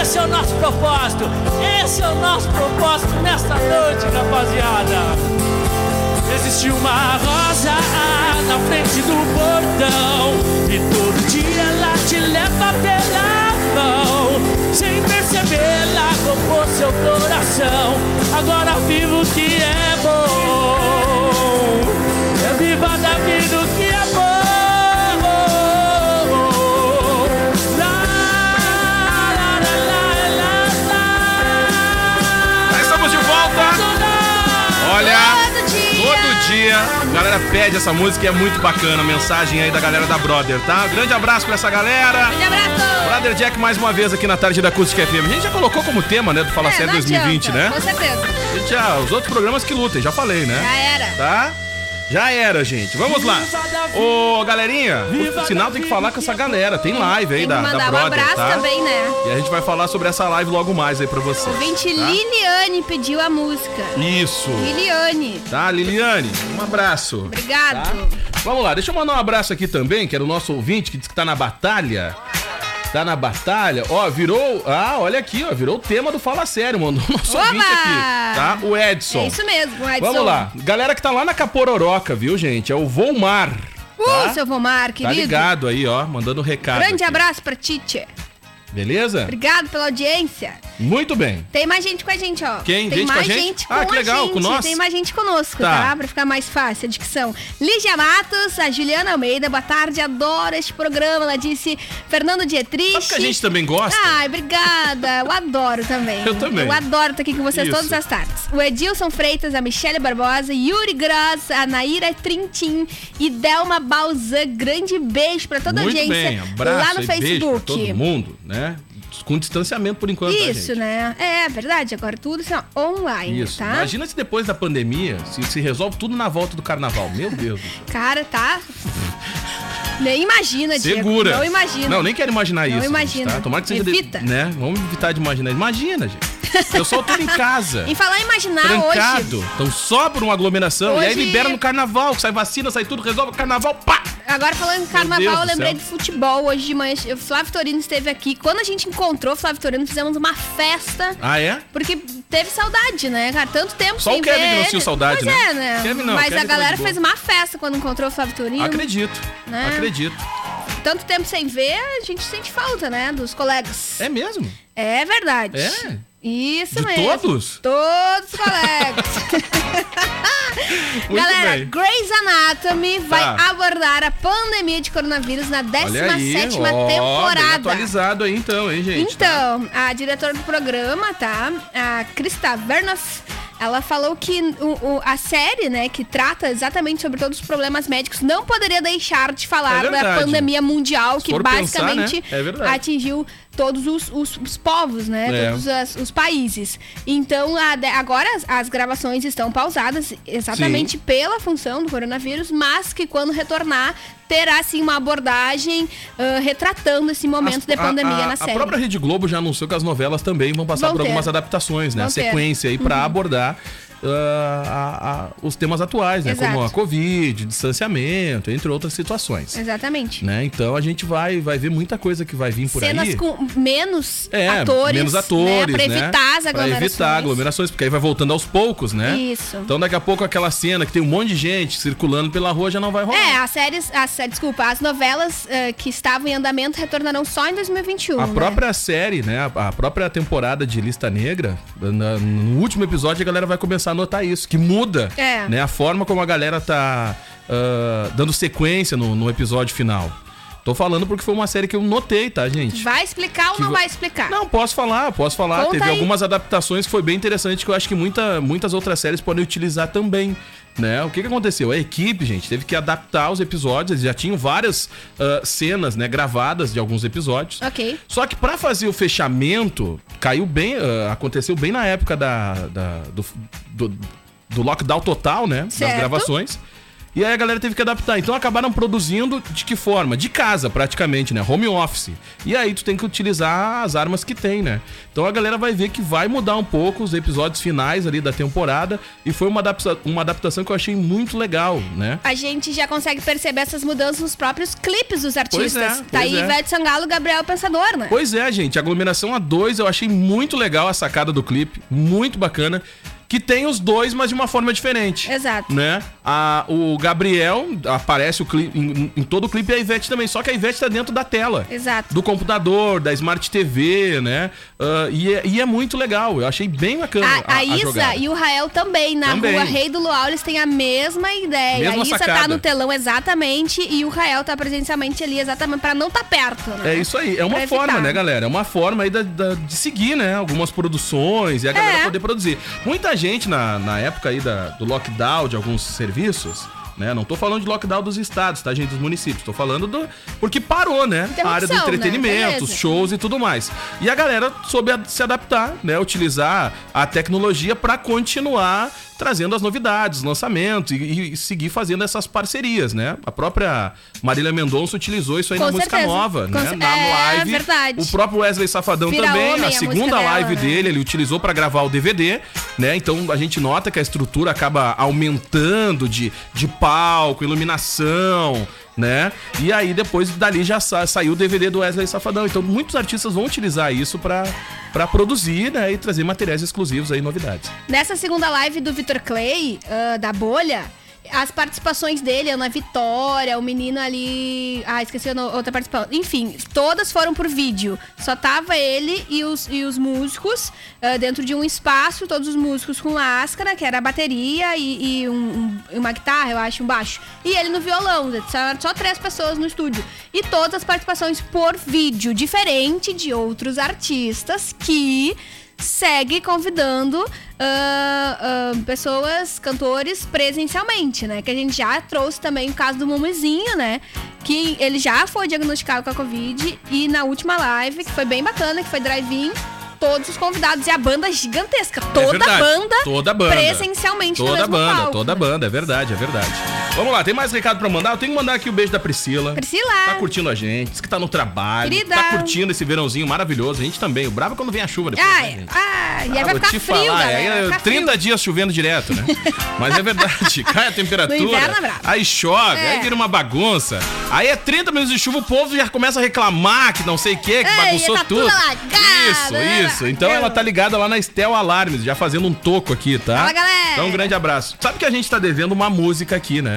[SPEAKER 6] Esse é o nosso propósito. Esse é o nosso propósito nesta noite, rapaziada. Existe uma rosa na frente do portão E todo dia ela te leva pela mão Sem perceber, ela roubou seu coração Agora vivo o que é bom É viva da vida o que é oh, bom Lá, lá, lá, lá, lá, lá,
[SPEAKER 2] Estamos de volta.
[SPEAKER 6] lá.
[SPEAKER 2] Olha,
[SPEAKER 3] Todo dia.
[SPEAKER 2] todo dia a galera pede essa música e é muito bacana. a Mensagem aí da galera da Brother, tá? Grande abraço pra essa galera.
[SPEAKER 3] Grande abraço.
[SPEAKER 2] Brother Jack mais uma vez aqui na tarde da Acústica FM. A gente já colocou como tema, né, do Fala
[SPEAKER 3] É,
[SPEAKER 2] Sério
[SPEAKER 3] não
[SPEAKER 2] 2020,
[SPEAKER 3] adianta,
[SPEAKER 2] né?
[SPEAKER 3] Com certeza.
[SPEAKER 2] A gente já- os outros programas que lutem, já falei,
[SPEAKER 3] Já
[SPEAKER 2] né?
[SPEAKER 3] era.
[SPEAKER 2] Tá? Já era, gente. Vamos lá. Ô, galerinha, o sinal tem que falar com essa galera. Tem live aí
[SPEAKER 3] Tem que
[SPEAKER 2] da, da
[SPEAKER 3] mandar um
[SPEAKER 2] Brother,
[SPEAKER 3] abraço
[SPEAKER 2] tá?
[SPEAKER 3] também, né?
[SPEAKER 2] E a gente vai falar sobre essa live logo mais aí pra vocês.
[SPEAKER 3] Ouvinte
[SPEAKER 2] tá?
[SPEAKER 3] Liliane pediu a música.
[SPEAKER 2] Isso.
[SPEAKER 3] Liliane,
[SPEAKER 2] Tá, Liliane? Um abraço.
[SPEAKER 3] obrigado. É
[SPEAKER 2] Vamos lá, deixa eu mandar um abraço aqui também, que era o nosso ouvinte que disse que tá na batalha. Tá na batalha. Ó, virou. Ah, olha aqui, ó. Virou o tema do Fala Sério, mandou o nosso
[SPEAKER 3] Oba!
[SPEAKER 2] ouvinte aqui. Tá? O Edson.
[SPEAKER 3] É isso mesmo, Edson.
[SPEAKER 2] Vamos lá. Galera que tá lá na Capororoca, viu, gente? É o Volmar.
[SPEAKER 3] Uh,
[SPEAKER 2] Tá?
[SPEAKER 3] seu Vomar,
[SPEAKER 2] Tá
[SPEAKER 3] querido.
[SPEAKER 2] ligado aí, ó. Mandando um recado.
[SPEAKER 3] Grande
[SPEAKER 2] aqui.
[SPEAKER 3] abraço pra Tite.
[SPEAKER 2] Beleza?
[SPEAKER 3] Obrigado pela audiência.
[SPEAKER 2] Muito bem.
[SPEAKER 3] Tem mais gente com a gente, ó.
[SPEAKER 2] Quem?
[SPEAKER 3] Tem
[SPEAKER 2] Gente com a
[SPEAKER 3] mais
[SPEAKER 2] gente?
[SPEAKER 3] gente com
[SPEAKER 2] Ah, que
[SPEAKER 3] a
[SPEAKER 2] legal,
[SPEAKER 3] gente.
[SPEAKER 2] com nós?
[SPEAKER 3] Tem mais gente conosco,
[SPEAKER 2] Tá.
[SPEAKER 3] tá? Pra ficar mais fácil a dicção. Lígia Matos, a Juliana Almeida, boa tarde, adoro este programa. Ela disse Fernando
[SPEAKER 2] Sabe
[SPEAKER 3] Dietrich.
[SPEAKER 2] que a gente também gosta?
[SPEAKER 3] Ai, obrigada. Eu adoro também.
[SPEAKER 2] Eu também.
[SPEAKER 3] Eu adoro estar aqui com vocês
[SPEAKER 2] Isso.
[SPEAKER 3] todas as tardes. O Edilson Freitas, a Michele Barbosa, Yuri Gross, a Naira Trintim e Delma Balzan. Grande beijo pra toda a
[SPEAKER 2] Muito
[SPEAKER 3] audiência
[SPEAKER 2] bem, abraço
[SPEAKER 3] lá no
[SPEAKER 2] e beijo pra
[SPEAKER 3] Facebook.
[SPEAKER 2] todo mundo, né? Com distanciamento por enquanto, tá,
[SPEAKER 3] Isso,
[SPEAKER 2] gente?
[SPEAKER 3] né? É verdade, agora tudo isso é online,
[SPEAKER 2] Isso.
[SPEAKER 3] tá?
[SPEAKER 2] Imagina se depois da pandemia, se, se resolve tudo na volta do carnaval. Meu
[SPEAKER 3] *laughs*
[SPEAKER 2] Deus. do céu.
[SPEAKER 3] Cara, tá? Nem imagina, Diego.
[SPEAKER 2] Segura.
[SPEAKER 3] É Não imagina.
[SPEAKER 2] Não, nem quero imaginar
[SPEAKER 3] Não
[SPEAKER 2] isso. gente,
[SPEAKER 3] imagina.
[SPEAKER 2] tá? Tomara que seja. de-
[SPEAKER 3] Evita.
[SPEAKER 2] né? Vamos evitar de imaginar. Imagina, gente. Eu só tudo em casa.
[SPEAKER 3] *laughs* Em falar em imaginar
[SPEAKER 2] trancado.
[SPEAKER 3] hoje.
[SPEAKER 2] Então sobra uma aglomeração e aí
[SPEAKER 3] Hoje-
[SPEAKER 2] libera no carnaval, sai vacina, sai tudo, resolve o carnaval, pá!
[SPEAKER 3] Agora falando em
[SPEAKER 2] Deus
[SPEAKER 3] carnaval,
[SPEAKER 2] do
[SPEAKER 3] eu lembrei
[SPEAKER 2] céu.
[SPEAKER 3] de futebol hoje de manhã. O Flávio Torino esteve aqui. Quando a gente encontrou o Flávio Torino, fizemos uma festa.
[SPEAKER 2] Ah, é?
[SPEAKER 3] Porque teve saudade, né, cara? Tanto tempo
[SPEAKER 2] Só
[SPEAKER 3] sem
[SPEAKER 2] o Kevin
[SPEAKER 3] ver
[SPEAKER 2] não
[SPEAKER 3] ele.
[SPEAKER 2] sentiu saudade,
[SPEAKER 3] pois
[SPEAKER 2] né?
[SPEAKER 3] é, né?
[SPEAKER 2] Kevin não,
[SPEAKER 3] Mas
[SPEAKER 2] Kevin
[SPEAKER 3] a
[SPEAKER 2] tava de
[SPEAKER 3] galera
[SPEAKER 2] boa.
[SPEAKER 3] fez uma festa quando encontrou o Flávio Torino.
[SPEAKER 2] Acredito.
[SPEAKER 3] Hum. Né?
[SPEAKER 2] Acredito.
[SPEAKER 3] Tanto tempo sem ver, a gente sente falta, né? Dos colegas.
[SPEAKER 2] É mesmo?
[SPEAKER 3] É verdade.
[SPEAKER 2] É?
[SPEAKER 3] Isso
[SPEAKER 2] De
[SPEAKER 3] mesmo.
[SPEAKER 2] todos?
[SPEAKER 3] Todos os colegas.
[SPEAKER 2] *laughs* Muito
[SPEAKER 3] Galera,
[SPEAKER 2] bem.
[SPEAKER 3] Grey's Anatomy vai
[SPEAKER 2] Tá.
[SPEAKER 3] abordar a pandemia de coronavírus na 17ª
[SPEAKER 2] ó, bem
[SPEAKER 3] temporada.
[SPEAKER 2] atualizado aí então, hein, gente?
[SPEAKER 3] Então, a diretora do programa, tá? A Krista Vernoff. Ela falou que o- o- a série, né, que trata exatamente sobre todos os problemas médicos, não poderia deixar de falar
[SPEAKER 2] É
[SPEAKER 3] da
[SPEAKER 2] verdade.
[SPEAKER 3] pandemia mundial, que
[SPEAKER 2] for pensar,
[SPEAKER 3] basicamente
[SPEAKER 2] né? É verdade.
[SPEAKER 3] atingiu todos os, os- os povos, né?
[SPEAKER 2] É.
[SPEAKER 3] Todos as- os países. Então, a de- agora as, as gravações estão pausadas exatamente pela função do coronavírus, mas que quando retornar, terá sim uma abordagem ah, retratando esse momento
[SPEAKER 2] As-
[SPEAKER 3] de pandemia
[SPEAKER 2] a,
[SPEAKER 3] na
[SPEAKER 2] a
[SPEAKER 3] série.
[SPEAKER 2] própria Rede Globo já anunciou que as novelas também vão passar
[SPEAKER 3] Vão
[SPEAKER 2] por
[SPEAKER 3] ter.
[SPEAKER 2] algumas adaptações, né?
[SPEAKER 3] Vão
[SPEAKER 2] a
[SPEAKER 3] ter. Uhum.
[SPEAKER 2] sequência aí pra abordar ah, a- a- os temas atuais, né?
[SPEAKER 3] Exato.
[SPEAKER 2] Como a Covid, distanciamento, entre outras situações.
[SPEAKER 3] Exatamente.
[SPEAKER 2] Né? Então a gente vai, vai ver muita coisa que vai vir por
[SPEAKER 3] Cenas
[SPEAKER 2] aí.
[SPEAKER 3] com menos
[SPEAKER 2] É,
[SPEAKER 3] atores.
[SPEAKER 2] menos atores,
[SPEAKER 3] né? Pra evitar as
[SPEAKER 2] Pra
[SPEAKER 3] aglomerações.
[SPEAKER 2] evitar aglomerações, porque aí vai voltando aos poucos, né?
[SPEAKER 3] Isso.
[SPEAKER 2] Então daqui a pouco aquela cena que tem um monte de gente circulando pela rua já não vai rolar.
[SPEAKER 3] É, as séries, as, sé- desculpa, as novelas eh, que estavam em andamento retornarão só em 2021.
[SPEAKER 2] A
[SPEAKER 3] né?
[SPEAKER 2] própria série, né? A- A própria temporada de Lista Negra, na- no último episódio a galera vai começar a notar isso, que muda
[SPEAKER 3] É.
[SPEAKER 2] né, a forma como a galera tá ah, dando sequência no, no episódio final. Tô falando porque foi uma série que eu notei, tá, gente?
[SPEAKER 3] Vai explicar ou
[SPEAKER 2] Que
[SPEAKER 3] não
[SPEAKER 2] vo-
[SPEAKER 3] vai explicar?
[SPEAKER 2] Não, posso falar, posso falar.
[SPEAKER 3] Conta
[SPEAKER 2] Teve
[SPEAKER 3] aí.
[SPEAKER 2] algumas adaptações que foi bem interessante, que eu acho que muita, muitas outras séries podem utilizar também. Né? O que, que aconteceu? A equipe, gente, teve que adaptar os episódios. Eles já tinham várias ah, cenas né, gravadas de alguns episódios.
[SPEAKER 3] Ok.
[SPEAKER 2] Só que pra fazer o fechamento, caiu bem. ah, aconteceu bem na época da, da- do, do, do lockdown total, né?
[SPEAKER 3] Certo.
[SPEAKER 2] Das gravações. E aí a galera teve que adaptar. Então acabaram produzindo de que forma? De casa, praticamente, né? Home office. E aí tu tem que utilizar as armas que tem, né? Então a galera vai ver que vai mudar um pouco os episódios finais ali da temporada. E foi uma, adapta uma adaptação que eu achei muito legal, né?
[SPEAKER 3] A gente já consegue perceber essas mudanças nos próprios clipes dos artistas.
[SPEAKER 2] é,
[SPEAKER 3] tá aí
[SPEAKER 2] pois é.
[SPEAKER 3] Ivete Sangalo e Gabriel Pensador, né?
[SPEAKER 2] Pois é, gente, aglomeração a dois, eu achei muito legal a sacada do clipe, muito bacana. Que tem os dois, mas de uma forma diferente.
[SPEAKER 3] Exato.
[SPEAKER 2] Né? A, o Gabriel aparece o cli- em, em todo o clipe e a Ivete também, só que a Ivete tá dentro da tela.
[SPEAKER 3] Exato.
[SPEAKER 2] Do computador, da Smart TV, né? Ah, e, é, e é muito legal, eu achei bem bacana.
[SPEAKER 3] A, a Isa
[SPEAKER 2] é, jogada.
[SPEAKER 3] e o Rael também, na
[SPEAKER 2] Também.
[SPEAKER 3] rua Rei do Luau, eles têm a mesma ideia.
[SPEAKER 2] Mesma
[SPEAKER 3] a Isa
[SPEAKER 2] sacada.
[SPEAKER 3] tá no telão exatamente e o Rael tá presencialmente ali exatamente pra não tá perto, né?
[SPEAKER 2] É isso aí, é uma
[SPEAKER 3] Pra
[SPEAKER 2] forma,
[SPEAKER 3] evitar.
[SPEAKER 2] né, galera? É uma forma aí da- da- de seguir, né? Algumas produções e a galera
[SPEAKER 3] É.
[SPEAKER 2] poder produzir. Muita gente na, na época aí da- do lockdown de alguns serviços. Né? Não tô falando de lockdown dos estados, tá, gente? Dos municípios. Tô falando do. Porque parou, né? A área do
[SPEAKER 3] né?
[SPEAKER 2] entretenimento, os
[SPEAKER 3] Beleza.
[SPEAKER 2] shows e tudo mais. E a galera soube a- se adaptar, né? Utilizar a tecnologia pra continuar trazendo as novidades, lançamentos e, e seguir fazendo essas parcerias, né? A própria Marília Mendonça utilizou isso aí
[SPEAKER 3] Com
[SPEAKER 2] na música
[SPEAKER 3] certeza.
[SPEAKER 2] nova,
[SPEAKER 3] Com
[SPEAKER 2] né?
[SPEAKER 3] cer-
[SPEAKER 2] Na
[SPEAKER 3] é
[SPEAKER 2] live.
[SPEAKER 3] verdade.
[SPEAKER 2] O próprio Wesley Safadão
[SPEAKER 3] Vira
[SPEAKER 2] também,
[SPEAKER 3] Homem,
[SPEAKER 2] a
[SPEAKER 3] a
[SPEAKER 2] segunda
[SPEAKER 3] música dela,
[SPEAKER 2] live
[SPEAKER 3] né?
[SPEAKER 2] dele, ele utilizou pra gravar o DVD, né? Então a gente nota que a estrutura acaba aumentando de, de palco, iluminação, né? E aí depois dali já sa- saiu o DVD do Wesley Safadão. Então muitos artistas vão utilizar isso pra para produzir, né, e trazer materiais exclusivos aí, novidades.
[SPEAKER 3] Nessa segunda live do Vitor Clay, ah, da bolha. as participações dele, Ana Vitória, o menino ali. Ah, esqueci o no- outra participação. Enfim, todas foram por vídeo. Só tava ele e os, e os músicos ah, dentro de um espaço, todos os músicos com máscara, que era a bateria e, e um- um- uma guitarra, eu acho, um baixo. E ele no violão, só, só três pessoas no estúdio. E todas as participações por vídeo, diferente de outros artistas que segue convidando ah, ah, pessoas, cantores presencialmente, né? Que a gente já trouxe também o caso do Mumuzinho, né? Que ele já foi diagnosticado com a Covid e na última live, que foi bem bacana, que foi drive-in, todos os convidados e a banda gigantesca, toda a
[SPEAKER 2] É verdade,
[SPEAKER 3] banda,
[SPEAKER 2] toda a banda.
[SPEAKER 3] presencialmente no
[SPEAKER 2] Toda a
[SPEAKER 3] mesmo
[SPEAKER 2] banda,
[SPEAKER 3] palco.
[SPEAKER 2] toda a banda, é verdade, é verdade. Vamos lá, tem mais recado pra mandar? Eu tenho que mandar aqui o beijo da Priscila.
[SPEAKER 3] Priscila.
[SPEAKER 2] Tá curtindo a gente, diz que tá no trabalho,
[SPEAKER 3] Querida.
[SPEAKER 2] tá curtindo esse verãozinho maravilhoso. A gente também. O brabo é quando vem a chuva depois, né,
[SPEAKER 3] Ai,
[SPEAKER 2] gente?
[SPEAKER 3] ai,
[SPEAKER 2] Ah,
[SPEAKER 3] e aí vai
[SPEAKER 2] vou
[SPEAKER 3] ficar
[SPEAKER 2] te
[SPEAKER 3] frio,
[SPEAKER 2] falar,
[SPEAKER 3] galera.
[SPEAKER 2] aí é
[SPEAKER 3] vai ficar
[SPEAKER 2] 30
[SPEAKER 3] frio.
[SPEAKER 2] dias chovendo direto,
[SPEAKER 3] *laughs*
[SPEAKER 2] né? Mas é verdade, cai a temperatura,
[SPEAKER 3] No inverno é brabo.
[SPEAKER 2] aí chove,
[SPEAKER 3] É.
[SPEAKER 2] aí vira uma bagunça. Aí é 30 minutos de chuva, o povo já começa a reclamar que não sei o que, que
[SPEAKER 3] É,
[SPEAKER 2] bagunçou
[SPEAKER 3] tá tudo
[SPEAKER 2] tudo.
[SPEAKER 3] alagado, né?
[SPEAKER 2] isso, isso. Então ela tá ligada lá na Estel Alarmes, já fazendo um toco aqui, tá?
[SPEAKER 3] Fala, galera.
[SPEAKER 2] Então um grande abraço. Sabe que a gente tá devendo uma música aqui, né?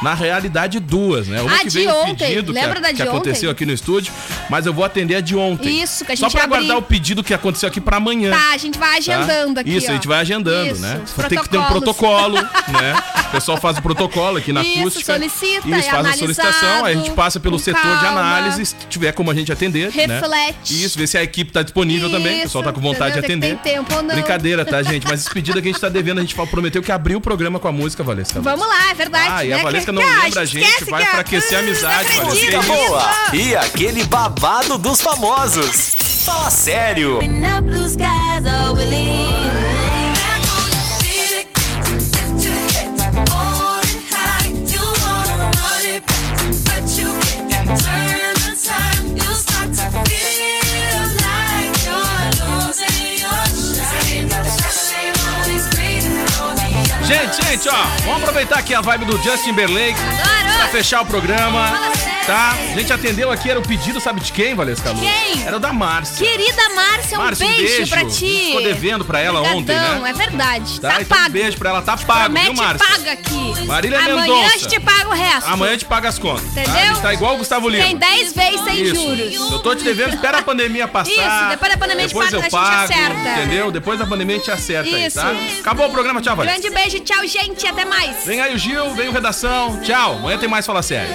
[SPEAKER 2] Na realidade, duas, né? Uma
[SPEAKER 3] Ah,
[SPEAKER 2] que
[SPEAKER 3] de
[SPEAKER 2] veio
[SPEAKER 3] ontem.
[SPEAKER 2] pedido
[SPEAKER 3] Lembra
[SPEAKER 2] que,
[SPEAKER 3] da
[SPEAKER 2] que
[SPEAKER 3] de ontem?
[SPEAKER 2] aconteceu aqui no estúdio, mas eu vou atender a de ontem.
[SPEAKER 3] Isso, que a
[SPEAKER 2] Só
[SPEAKER 3] gente
[SPEAKER 2] pra
[SPEAKER 3] abriu.
[SPEAKER 2] guardar o pedido que aconteceu aqui pra amanhã.
[SPEAKER 3] Tá, a gente vai
[SPEAKER 2] Tá?
[SPEAKER 3] agendando aqui.
[SPEAKER 2] Isso, a
[SPEAKER 3] ó.
[SPEAKER 2] gente vai agendando,
[SPEAKER 3] Isso,
[SPEAKER 2] né?
[SPEAKER 3] os
[SPEAKER 2] Tem que ter um
[SPEAKER 3] protocolos.
[SPEAKER 2] protocolo,
[SPEAKER 3] *laughs*
[SPEAKER 2] né? O pessoal faz o protocolo aqui na
[SPEAKER 3] Isso,
[SPEAKER 2] acústica.
[SPEAKER 3] solicita, é
[SPEAKER 2] Isso, faz a
[SPEAKER 3] analisado,
[SPEAKER 2] solicitação, aí a gente passa pelo
[SPEAKER 3] com
[SPEAKER 2] setor de
[SPEAKER 3] calma.
[SPEAKER 2] análise, se tiver como a gente atender, né?
[SPEAKER 3] Reflete.
[SPEAKER 2] Isso, vê se a equipe tá disponível também, o pessoal tá com
[SPEAKER 3] Isso,
[SPEAKER 2] vontade de
[SPEAKER 3] entendeu? Tem
[SPEAKER 2] atender.
[SPEAKER 3] que ter tempo ou não.
[SPEAKER 2] Brincadeira, tá, gente?
[SPEAKER 3] *laughs*
[SPEAKER 2] Mas esse pedido aqui a gente tá devendo, a gente fal- prometeu que abriu o programa com a música, Valesca.
[SPEAKER 3] Vamos lá, é verdade.
[SPEAKER 2] Ah, e a
[SPEAKER 3] né?
[SPEAKER 2] Valesca
[SPEAKER 3] Que-
[SPEAKER 2] não
[SPEAKER 3] que
[SPEAKER 2] lembra a gente,
[SPEAKER 3] esquece
[SPEAKER 2] vai
[SPEAKER 3] que
[SPEAKER 2] pra aquecer a
[SPEAKER 3] Hum,
[SPEAKER 2] amizade,
[SPEAKER 3] não
[SPEAKER 2] Valesca.
[SPEAKER 3] acredito,
[SPEAKER 1] Dica
[SPEAKER 2] Isso.
[SPEAKER 1] boa e aquele babado dos famosos. Fala sério.
[SPEAKER 2] Gente, gente, ó, vamos aproveitar aqui a vibe do Justin Timberlake pra
[SPEAKER 3] Adoro!
[SPEAKER 2] fechar o programa,
[SPEAKER 3] Fala sério.
[SPEAKER 2] tá? A gente atendeu aqui, era o pedido, sabe de quem, Valesca? Lu?
[SPEAKER 3] De quem?
[SPEAKER 2] Era o da Márcia.
[SPEAKER 3] Querida Márcia, um,
[SPEAKER 2] Márcia, um
[SPEAKER 3] beijo,
[SPEAKER 2] beijo.
[SPEAKER 3] pra ti.
[SPEAKER 2] Ficou devendo pra ela ontem,
[SPEAKER 3] Obrigadão,
[SPEAKER 2] né?
[SPEAKER 3] é verdade.
[SPEAKER 2] Tá,
[SPEAKER 3] Tá,
[SPEAKER 2] então um
[SPEAKER 3] pago.
[SPEAKER 2] beijo pra ela, tá pago, viu,
[SPEAKER 3] Promete
[SPEAKER 2] Márcia?
[SPEAKER 3] paga aqui.
[SPEAKER 2] Marília
[SPEAKER 3] Amanhã
[SPEAKER 2] Mendonça.
[SPEAKER 3] eu te pago o resto.
[SPEAKER 2] Amanhã te paga as contas. tá?
[SPEAKER 3] Entendeu?
[SPEAKER 2] A gente tá igual o Gustavo Lima.
[SPEAKER 3] Tem 10 vezes sem
[SPEAKER 2] Isso.
[SPEAKER 3] juros.
[SPEAKER 2] Eu tô te devendo, espera a pandemia passar.
[SPEAKER 3] Isso, depois da pandemia a gente
[SPEAKER 2] Depois
[SPEAKER 3] paga,
[SPEAKER 2] eu
[SPEAKER 3] a gente
[SPEAKER 2] pago,
[SPEAKER 3] acerta.
[SPEAKER 2] Entendeu? Depois da pandemia a gente acerta
[SPEAKER 3] Isso.
[SPEAKER 2] aí, tá? Acabou o programa, tchau, Valesca.
[SPEAKER 3] Grande beijo, tchau, gente. Até mais.
[SPEAKER 2] Vem aí o Gil, vem o Redação. Tchau, amanhã tem mais Fala Sério.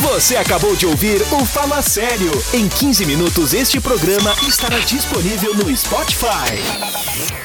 [SPEAKER 1] Você acabou de ouvir o Fala Sério. Em 15 minutos, este programa estará disponível no Spotify.